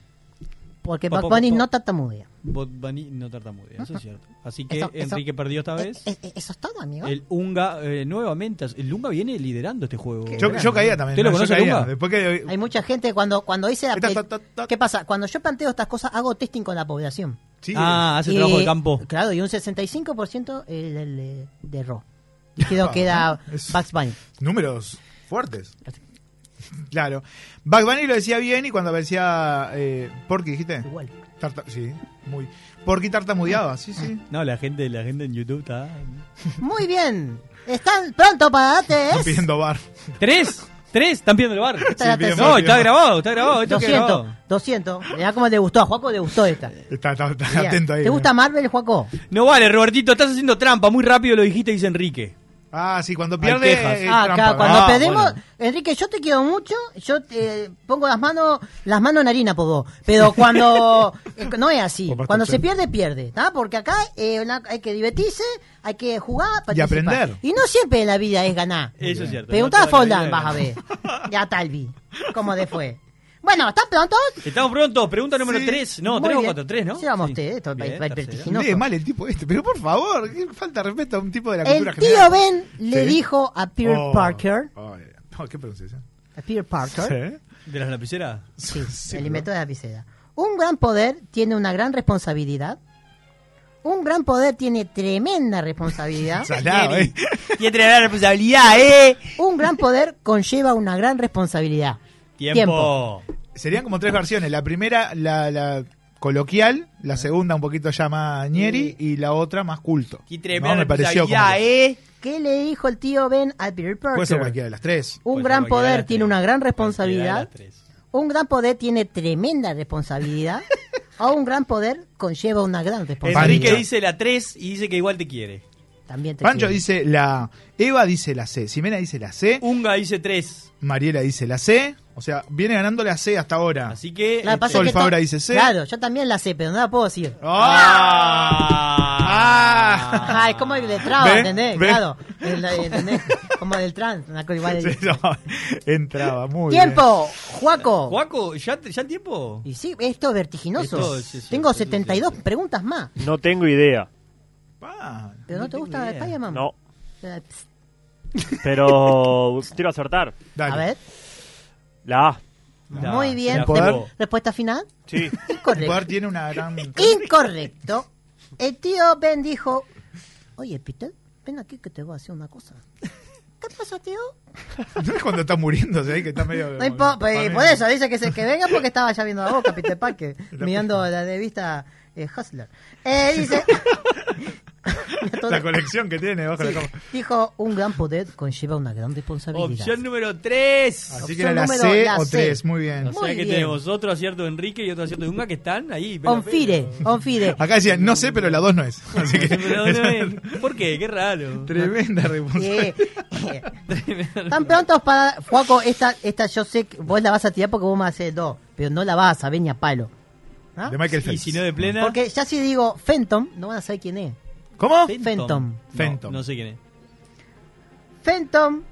S8: Porque
S7: Po,
S8: Bad
S7: po, po,
S8: Bunny
S7: po.
S8: no tartamudea.
S7: Bot Bunny no tartamudea, eso es cierto. Así que
S8: Eso- eso-
S7: Enrique perdió esta vez.
S8: Eh, eh, Eso es todo, amigo.
S7: El Unga, eh, nuevamente, el Unga viene liderando este juego.
S6: Yo, yo caía también.
S7: ¿Usted lo
S6: ¿no? Yo
S7: conoce el
S6: caía.
S7: Unga?
S6: Después que
S8: Hay mucha gente cuando cuando dice la
S6: Esta,
S8: pe-
S6: ta, ta, ta.
S8: ¿Qué pasa? Cuando yo planteo estas cosas hago testing con la población.
S6: Sí.
S7: Ah, hace
S8: Y-
S7: trabajo de campo.
S8: Claro, y un 65% el, el, eh, de Ro.
S6: Ah.
S8: Creo que era
S6: Es-
S8: Bugs Bunny.
S6: Números fuertes. Claro. Bugs Bunny lo decía bien y cuando aparecía. Eh, Porky, dijiste.
S8: Igual.
S6: Tarta- sí, muy. Porky tartamudeaba, sí,
S8: Mm.
S6: sí.
S7: No, la gente, la gente en YouTube está.
S8: Muy bien. Están pronto para darte.
S6: Están
S8: ¿es?
S6: pidiendo bar.
S7: ¡Tres! ¡Tres! Están pidiendo el bar.
S8: la
S6: bien,
S8: tercera.
S6: bien,
S7: No,
S6: bien.
S7: está grabado, está grabado. Esto queda
S8: 200,
S7: grabado.
S8: 200. Mirá cómo le gustó. A Juaco le gustó esta.
S6: Está, está- está
S8: Mirá.
S6: atento ahí. eh.
S8: ¿Te gusta Marvel, Juaco?
S7: No vale, Robertito, estás haciendo trampa. Muy rápido lo dijiste, dice Enrique.
S6: Ah, sí, cuando
S7: Hay
S6: pierde.
S7: quejas.
S6: eh,
S8: Ah,
S6: trampa.
S8: acá, cuando
S6: Ah,
S8: perdemos,
S6: bueno.
S8: Enrique, yo te quiero mucho, yo te pongo las manos, las manos en harina por vos. Pero cuando eh, no es así,
S6: Por
S8: cuando se
S6: bastante.
S8: pierde, pierde, ¿tá? Porque acá eh, una- hay que divertirse, hay que jugar, participar.
S6: aprender.
S8: Y no siempre en la vida es ganar.
S7: Eso es cierto.
S8: Preguntá
S7: No
S8: a
S7: toda la
S8: Forlán,
S7: vida
S8: vas a ver.
S7: es-
S8: Ya Talvi, cómo le fue. Bueno, ¿están prontos?
S7: Estamos prontos. Pregunta número 3. No,
S8: Muy
S7: 3 o
S8: bien.
S7: 4, 3, ¿no?
S8: Sí, vamos
S7: Sí.
S8: ustedes, esto va-
S7: Bien,
S8: va
S7: tercera.
S8: vertiginoso.
S6: Lee mal el tipo este, pero por favor, qué falta de respeto a un tipo de la
S8: El
S6: cultura
S8: tío
S6: general.
S8: Ben le
S6: Sí.
S8: dijo a Peter
S6: Oh,
S8: Parker,
S6: oh, eh, oh, ¿Qué pronunciación?
S8: a Peter Parker,
S7: ¿De las lapiceras?
S8: Sí, el invento de la lapicera. Un gran poder tiene una gran responsabilidad. Un gran poder tiene tremenda responsabilidad.
S6: Salado, eh.
S7: Tiene que la responsabilidad, ¿eh?
S8: Un gran poder conlleva una gran responsabilidad.
S7: Tiempo.
S6: Serían como tres versiones. La primera, la, la coloquial, la segunda un poquito ya más ñeri y la otra más culto.
S7: Qué
S6: No,
S7: tremenda
S6: me pareció como
S7: responsabilidad,
S6: que-
S7: ¿eh?
S8: ¿Qué le dijo el tío Ben a Peter
S6: Puede ser
S8: Parker?
S6: cualquiera de las tres.
S8: Un
S7: Pues,
S8: gran
S7: cualquiera de
S8: poder
S7: las
S8: tiene
S7: tres.
S8: una gran
S7: Cualquiera de
S8: responsabilidad.
S7: las tres.
S8: Un gran poder tiene tremenda responsabilidad. o un gran poder conlleva una gran responsabilidad.
S7: Enrique dice la 3 y dice que igual te quiere.
S8: También te
S6: Pancho
S8: quiero.
S6: dice la A, Eva dice la C, Ximena dice la C,
S7: Unga dice 3.
S6: Mariela dice la C. O sea, viene ganando la C hasta ahora.
S7: Así que. este,
S8: Claro, pasa
S6: Sol
S8: que to-
S6: Fabra dice C.
S8: Claro, yo también la sé, pero no la puedo decir.
S6: ¡Ah!
S8: Ajá, es como el de traba,
S6: ¿Ve?
S8: ¿entendés?
S6: ¿Ve?
S8: Claro, el- ¿entendés? Como del trans, una cosa igual de-
S6: Sí, no, entraba muy
S8: ¡Tiempo! ¡Juaco!
S7: Juaco, ¿ya, te- ¿ya el tiempo?
S8: Y sí, esto es vertiginoso.
S7: Esto es- es-
S8: Tengo
S7: es- es-
S8: 72 preguntas más.
S27: No tengo idea.
S6: bien. Pa.
S8: ¿Pero no, te
S7: tengo
S8: gusta la
S7: idea.
S8: talla, mamá?
S27: No.
S8: Eh, pss,
S27: Pero quiero acertar.
S6: Dale.
S8: A ver,
S27: La A.
S7: La-
S8: muy bien.
S7: la poder.
S8: Re- ¿Respuesta final?
S27: Sí.
S6: El
S8: Incorrecto.
S6: poder tiene una gran.
S8: Incorrecto. El tío Ben dijo, oye, Peter, ven aquí que te voy a hacer una cosa. ¿Qué pasa, tío?
S6: No es cuando está muriéndose ahí que está medio.
S8: No impo- pues, por eso, dice que, se, que venga porque estaba ya viendo la boca, Peter Parker, mirando la revista eh, Hustler. Eh, dice...
S6: La colección que tiene bajo
S8: Sí,
S6: la cama.
S8: dijo, un gran poder conlleva una gran responsabilidad.
S7: Opción número 3.
S6: Así
S8: Opción
S6: que era la
S8: número
S6: C
S8: la
S6: o
S8: C.
S6: 3, muy bien.
S7: O sea
S8: muy
S7: que
S8: bien.
S7: tenemos otro acierto de Enrique y otro acierto de Unga que están ahí. pelo a
S8: Onfire,
S7: pelo.
S8: onfire.
S6: Acá decían, no sé, pero la 2 no es. Así que.
S7: Pero no, no, ¿Por qué? Qué raro.
S6: Tremenda responsabilidad.
S8: Eh, eh. Están prontos para. Juaco, esta, esta yo sé que vos la vas a tirar porque vos me haces dos, pero no la vas a saber ni a palo. ¿Ah?
S6: De Michael
S7: Y
S6: Phelps.
S7: si no de plena.
S8: Porque ya si digo Phantom, no van a saber quién es.
S6: ¿Cómo?
S8: Oh, Phantom.
S7: No,
S6: Phantom.
S7: No, sé quién es.
S8: Phantom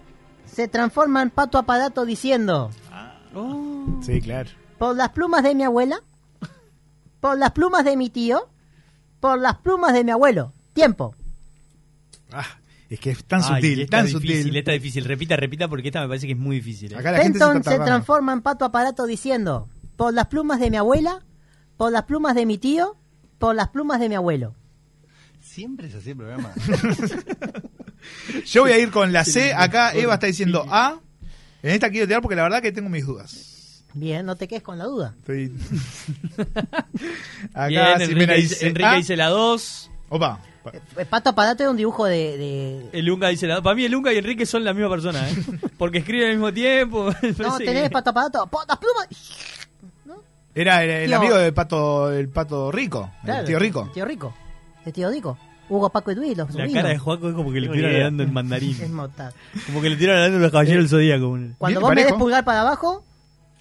S8: se transforma en pato aparato diciendo:
S6: Ah.
S8: "Oh".
S6: Sí, claro.
S8: Por las plumas de mi abuela, Por las plumas de mi tío, por las plumas de mi abuelo. Tiempo.
S6: Es que es tan
S7: Ay,
S6: sutil,
S7: esta
S6: tan
S7: difícil,
S6: sutil.
S7: Esta difícil, repita, repita, porque esta me parece que es muy difícil. ¿eh?
S8: Fenton se, transforma en pato aparato diciendo, por las plumas de mi abuela, por las plumas de mi tío, por las plumas de mi abuelo.
S12: Siempre es así el programa.
S6: Yo voy a ir con la C. Acá Eva está diciendo A. En esta quiero tirar porque la verdad que tengo mis dudas.
S8: Bien, no te quedes con la duda.
S6: Estoy...
S7: Bien,
S6: Acá
S7: Enrique
S6: Ximena
S7: dice-
S6: dice
S7: Enrique
S6: A.
S7: dice la 2.
S6: Opa.
S8: El pato aparato es un dibujo de... de-
S7: El Lunga dice la 2. Para mí, el Lunga y Enrique son la misma persona, ¿eh? Porque escriben al mismo tiempo.
S8: No,
S7: Parece que-
S8: tenés pato aparato, por las plumas...
S6: Era el, el
S8: Tío.
S6: amigo del pato, el pato rico,
S8: Claro,
S6: el tío rico.
S8: El tío rico. El tío rico. Hugo, Paco y Luis, los
S7: La
S8: sobrinos.
S7: cara de Juaco es como que le
S8: Tengo
S7: tiran
S8: idea.
S7: hablando en mandarín.
S8: Es mortal.
S7: Como que le tiran hablando los caballeros del zodíaco.
S8: Cuando vos me des pulgar para abajo,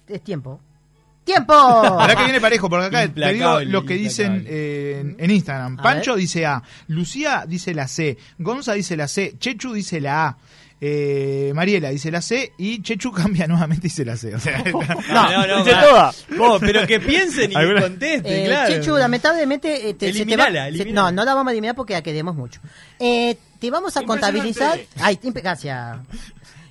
S8: es tiempo. ¡Tiempo!
S6: Ahora que viene parejo, porque acá te digo
S7: Implacable,
S6: lo que dicen eh, en, en Instagram.
S8: A
S6: Pancho dice A, Lucía dice la C, Gonza dice la C, Chechu dice la A, eh, Mariela dice la C y Chechu cambia nuevamente y dice la C. O sea,
S7: no, no, va. Vos, Oh, pero que piensen y que
S6: Alguna-
S7: contesten,
S8: Eh,
S7: claro.
S8: Chechu, lamentablemente. eh, te- se te va-
S7: Eliminala,
S8: se-
S7: eliminala.
S8: no, no la vamos a eliminar porque la queremos mucho. Eh, te vamos a contabilizar. Ay, impe- gracias.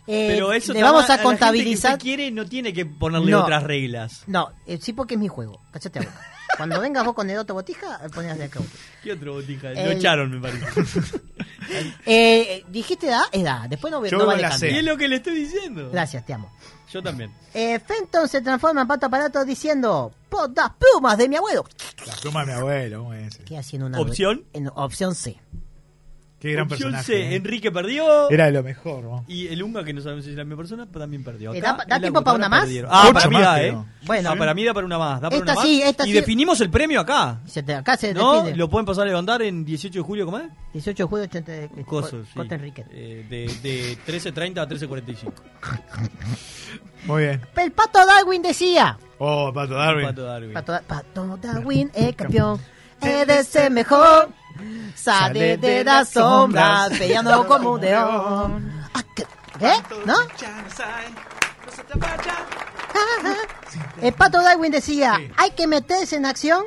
S8: Eh,
S7: Pero eso
S8: le
S7: está
S8: vamos
S7: mal- la gente
S8: a
S7: que
S8: contabilizar.
S7: usted quiere no tiene que ponerle
S8: No.
S7: otras reglas.
S8: No, eh, sí, porque es mi juego. Cachate la boca. Cuando vengas vos con el otro botija, eh, ponés de acá.
S7: ¿Qué otro botija? Lo
S8: El-
S7: echaron, me parece.
S8: Eh, dijiste da, es da. Después no, no vale cambiar.
S7: Y es lo que le estoy diciendo.
S8: Gracias, te amo.
S7: Yo también.
S8: Eh, Fenton se transforma en pato aparato diciendo: Por las plumas de mi abuelo.
S6: La pluma de mi abuelo, ¿cómo es?
S8: ¿Qué haciendo una
S7: ¿Opción?
S8: en- opción C.
S6: Qué gran
S7: Opción
S6: personaje.
S7: C,
S6: ¿eh?
S7: Enrique perdió.
S6: Era de lo mejor, ¿no?
S7: Y el Unga, que no sabemos si es la misma persona, pero también perdió.
S8: Eh,
S7: Acá,
S8: da- da
S7: en la
S8: tiempo para
S7: computadora
S8: una más.
S7: perdieron.
S8: Ocho
S7: Ah, para mí
S8: más
S7: da, ¿eh?
S8: creo. Bueno.
S7: Sí. para mí da para una más. Da para
S8: Esta
S7: una
S8: sí,
S7: más.
S8: esta
S7: y
S8: sí.
S7: definimos el premio acá.
S8: Se te- acá se
S7: ¿No?
S8: define.
S7: Lo pueden pasar a levantar en 18 de julio, ¿cómo es?
S8: 18 de julio 80 de este,
S7: Coso, sí.
S8: Costa Enrique.
S7: Eh, de, de 13.30 a 13.45.
S6: Muy bien.
S8: El pato Darwin decía.
S6: Oh, Pato Darwin.
S7: Pato Darwin.
S8: Pato, Da- Pato Darwin es campeón. He de ser mejor. Sale de las sombras, peleando como un león. Ah, ¿qué? ¿Eh? ¿No? El pato Darwin decía, hay que meterse en acción,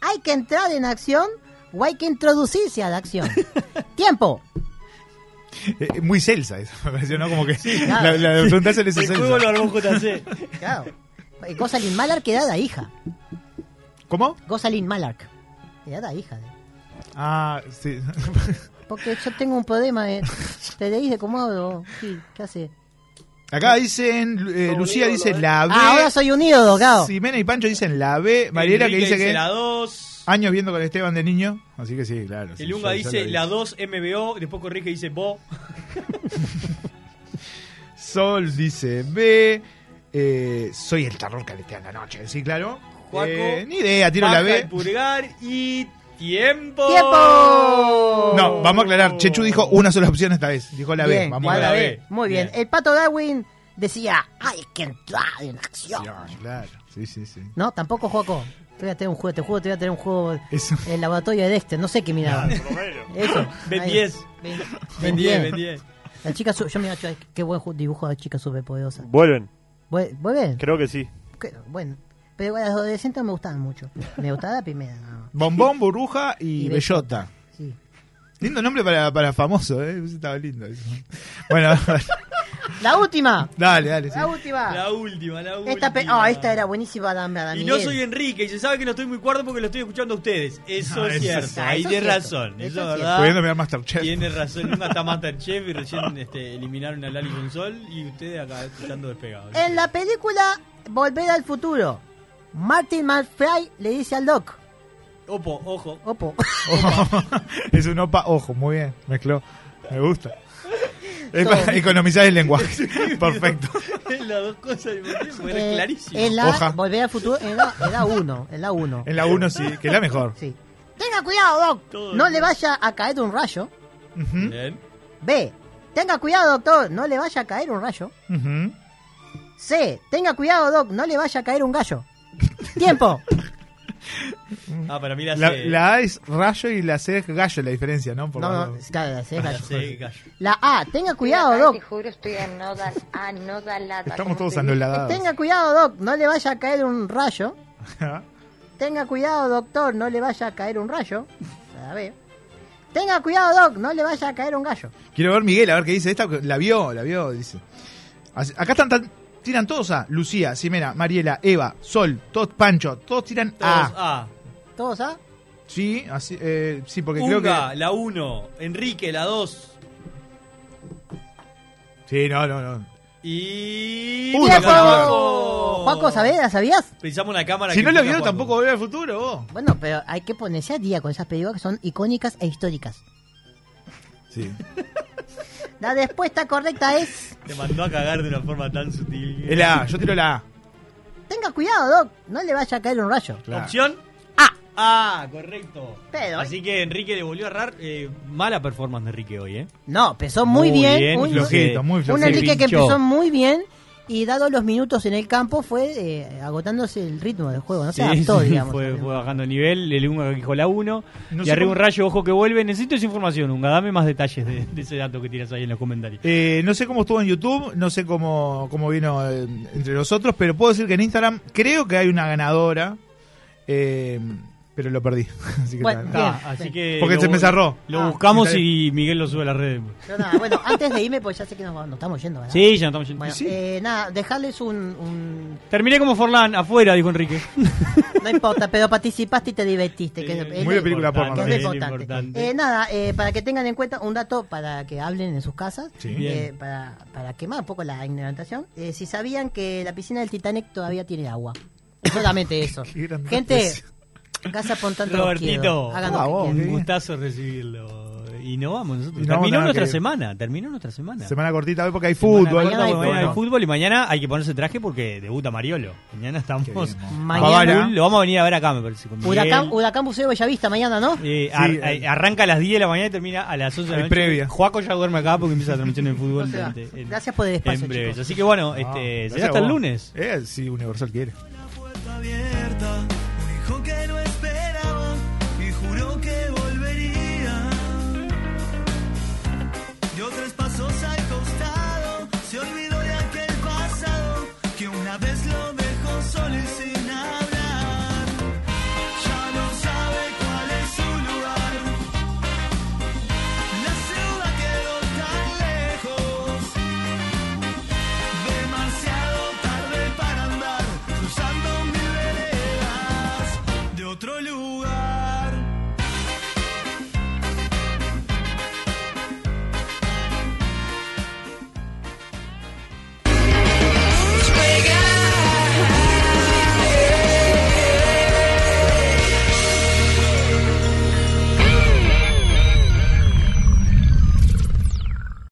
S8: hay que entrar en acción o hay que introducirse a la acción. Tiempo.
S6: Eh, muy celsa eso, me pareció, ¿no? Como que
S8: claro.
S6: la, la pregunta se le hizo
S7: El
S6: celsa.
S7: juego lo armó JC.
S8: Claro. Eh, Gosalin Malark era la hija.
S6: ¿Cómo?
S8: Gosalin Malark. Era la hija. de-
S6: Ah, sí.
S8: Porque yo tengo un problema de... Te leí de Comodo. Sí, ¿qué hace?
S6: Acá dicen, eh, Lucía dice la B.
S8: Ah, ahora soy un ídolo, claro.
S6: Ximena y Pancho dicen la B. Mariela que
S7: Enrique
S6: dice
S7: dice
S6: que.
S7: la dos.
S6: Años viendo con Esteban de niño. Así que sí, claro. sí,
S7: El Unga
S6: yo- yo
S7: dice
S6: lo Eh,
S7: la
S6: vi.
S7: 2 MBO, después corrige y dice Bo.
S6: Sol dice B. Eh, soy el terror que aletea en la noche. Sí, claro.
S7: Juaco.
S6: Eh, ni idea, tiro la
S7: Baja
S6: B.
S7: el pulgar y tiempo.
S8: ¡Tiempo!
S6: No, vamos a aclarar. Chechu dijo una sola opción esta vez. Dijo la B.
S8: Bien,
S6: Vamos
S8: igual
S6: a
S8: la
S6: ver.
S8: B. Muy bien. El pato Darwin decía, hay que entrar en acción.
S6: Claro. Sí, sí, sí.
S8: No, tampoco, Joaco. Te voy a tener un juego, este juego te voy a tener un juego
S6: Eso.
S8: el laboratorio de Dexter, no sé qué miraba. Eso.
S7: Ben
S8: Ahí.
S7: 10.
S8: Ben-
S7: Ben
S8: Ben
S7: 10,
S8: 10.
S7: Ben 10.
S8: La chica, su- yo mira, che, qué buen ju- dibujo de chica superpoderosa.
S27: Vuelven.
S8: Vuel- ¿Vuelven?
S27: Creo que sí.
S8: Que- Bueno, pero las adolescentes no me gustaban mucho. Me gustaba la primera. nada más.
S6: Bombón, burbuja y,
S8: Y
S6: bellota.
S8: Sí.
S6: Lindo nombre para, para famoso, ¿eh? Eso Estaba lindo. eso. Bueno,
S8: La última.
S6: dale, dale. sí.
S8: La última.
S7: La última, la última.
S8: Esta, pe- Ah, esta era buenísima. Adam,
S6: Ah,
S8: Adam
S7: Y no
S8: Miguel.
S7: soy Enrique, y se sabe que no estoy muy cuerdo porque lo estoy escuchando a ustedes. Eso
S6: Ah,
S7: es
S6: eso
S7: cierto,
S6: es-
S7: ahí tiene
S6: eso es cierto,
S7: razón. Eso
S6: eso es
S7: es
S6: cierto.
S7: verdad.
S6: Pudiendo mirar Masterchef.
S7: Tiene razón, nunca está Masterchef y recién este, eliminaron a Lali Consol y ustedes acá escuchando despegados.
S8: En la película Volver al Futuro, Martin McFly le dice al Doc,
S7: Opo, ojo.
S8: Opo,
S6: Ojo. es un opa, ojo, muy bien, mezcló. Me gusta. Es para economizar el lenguaje. Perfecto.
S7: Es las dos cosas al mismo tiempo, era
S8: eh,
S7: clarísimo.
S8: en la
S6: Hoja.
S8: Volver al Futuro, en la- en la 1, en la 1.
S6: En la 1 sí, que es la mejor.
S8: Sí. Tenga cuidado, Doc, no le vaya a caer un rayo.
S6: Ujú,
S7: Bien.
S8: B, tenga cuidado, doctor, no le vaya a caer un rayo.
S7: Mm.
S6: ujú.
S8: C, tenga cuidado, Doc, no le vaya a caer un gallo. Tiempo.
S7: Ah, para mí la,
S6: La,
S7: C.
S6: la A es rayo y la C es gallo, la diferencia, ¿no? Por
S8: No, no,
S6: las-
S8: claro, la C es
S7: La
S8: gallo.
S7: C, gallo.
S8: La A, tenga cuidado, Doc.
S4: juro, estoy anoda- anodalada.
S6: Estamos
S4: como
S6: todos
S4: te dije.
S6: anulados.
S8: Tenga cuidado, Doc, no le vaya a caer un rayo. Tenga cuidado, doctor, no le vaya a caer un rayo. A ver. Tenga cuidado, doc, no le vaya a caer un gallo.
S6: Quiero ver Miguel, a ver qué dice. Esta la vio, la vio, dice. Así- Acá están, tan- tiran todos A. Lucía, Simena, Mariela, Eva, Sol, todos Pancho, todos tiran A.
S7: ah.
S8: ¿Todos A?
S6: Sí, así, eh, sí, porque creo
S7: Unga,
S6: que.
S7: la 1. Enrique, la 2.
S6: Sí, no, no, no.
S7: Y.
S8: ¡Tiempo! Juaco Saavedra, ¿sabías?
S7: Pensamos en la cámara.
S6: Si
S7: que
S6: no lo
S7: está
S6: vio,
S7: jugando.
S6: tampoco volver al futuro, vos.
S8: Bueno, pero hay que ponerse a día con esas películas que son icónicas e históricas.
S6: Sí.
S8: La respuesta correcta es...
S7: Te mandó a cagar de una forma tan sutil.
S6: Es la A, yo tiro la A.
S8: Tenga cuidado, doc, no le vaya a caer un rayo.
S7: Opción A. Ah, correcto.
S8: ¿eh?
S7: Así que Enrique le volvió a errar. eh, mala performance de Enrique hoy, ¿eh?
S8: No, empezó muy, bien. un,
S7: flojito, muy
S8: un
S7: flojito.
S8: Enrique que
S7: Pinchó.
S8: empezó muy bien y dado los minutos en el campo fue eh, agotándose el ritmo del juego. No se
S7: Sí,
S8: adaptó,
S7: sí,
S8: digamos.
S7: Fue, fue bajando el nivel, el Unga que dijo la 1.
S6: No
S7: y
S6: sé
S7: arriba
S6: cómo-
S7: un rayo, ojo que vuelve. Necesito esa información, Unga. Dame más detalles de, de ese dato que tiras ahí en los comentarios.
S6: Eh, no sé cómo estuvo en YouTube, no sé cómo, cómo vino eh, entre nosotros, pero puedo decir que en Instagram creo que hay una ganadora, eh, pero lo perdí. Así que
S8: Bueno,
S6: está,
S7: Está,
S6: nada.
S7: Ah, así que
S6: Porque
S7: lo-
S6: se me cerró.
S7: Lo
S6: Ah.
S7: buscamos
S6: Está bien.
S7: y Miguel lo sube a las redes.
S8: Pero nada, bueno, antes de irme, pues ya sé que nos, vamos- nos estamos yendo, ¿verdad?
S7: Sí, ya nos estamos yendo.
S8: Bueno,
S7: Sí.
S8: eh, nada, dejarles un, un-
S7: Terminé como Forlán, afuera, dijo Enrique.
S8: No importa, pero participaste y te divertiste. Que es lo- es
S6: Muy de
S8: lo-
S6: película
S8: que es
S6: porno,
S8: lo
S6: sí.
S8: importante.
S6: Importante.
S8: Eh, nada, eh, para que tengan en cuenta un dato para que hablen en sus casas,
S6: Sí.
S8: eh,
S6: Bien.
S8: para, para quemar un poco la ignorantación. Eh, si sabían que la piscina del Titanic todavía tiene agua. Solamente eso.
S6: gran
S8: Gente,
S7: noticia.
S8: en casa pon tanto
S7: Robertito,
S8: Hagan lo
S6: Ah,
S8: que
S6: vos,
S8: quieran.
S6: qué
S7: un
S6: bien.
S7: gustazo recibirlo. Y no vamos nosotros.
S6: Y no,
S7: terminó
S6: nada,
S7: nuestra
S6: que-
S7: semana, terminó nuestra semana.
S6: Semana cortita hoy porque hay fútbol.
S7: Mañana, hay, mañana hay
S6: Bueno.
S7: fútbol y mañana hay que ponerse traje porque debuta Mariolo. Mañana estamos.
S8: Mañana-
S7: Mañana lo vamos a venir a ver acá, me parece. con Miguel.
S8: Huracán, Huracán Buceo Bellavista mañana, ¿no?
S7: Eh, ar-
S8: Sí,
S7: eh, arranca a las 10 de la mañana y termina a las 11 de la
S6: Hay
S7: noche.
S6: previa.
S7: Juaco ya duerme acá porque empieza la transmisión de fútbol.
S8: O sea,
S7: en- en-
S8: gracias por el espacio,
S7: en breves.
S8: chicos.
S7: Así que bueno,
S6: Ah,
S7: este,
S6: gracias
S7: será
S6: a
S7: hasta el
S6: vos.
S7: lunes.
S6: Eh, si Universal quiere.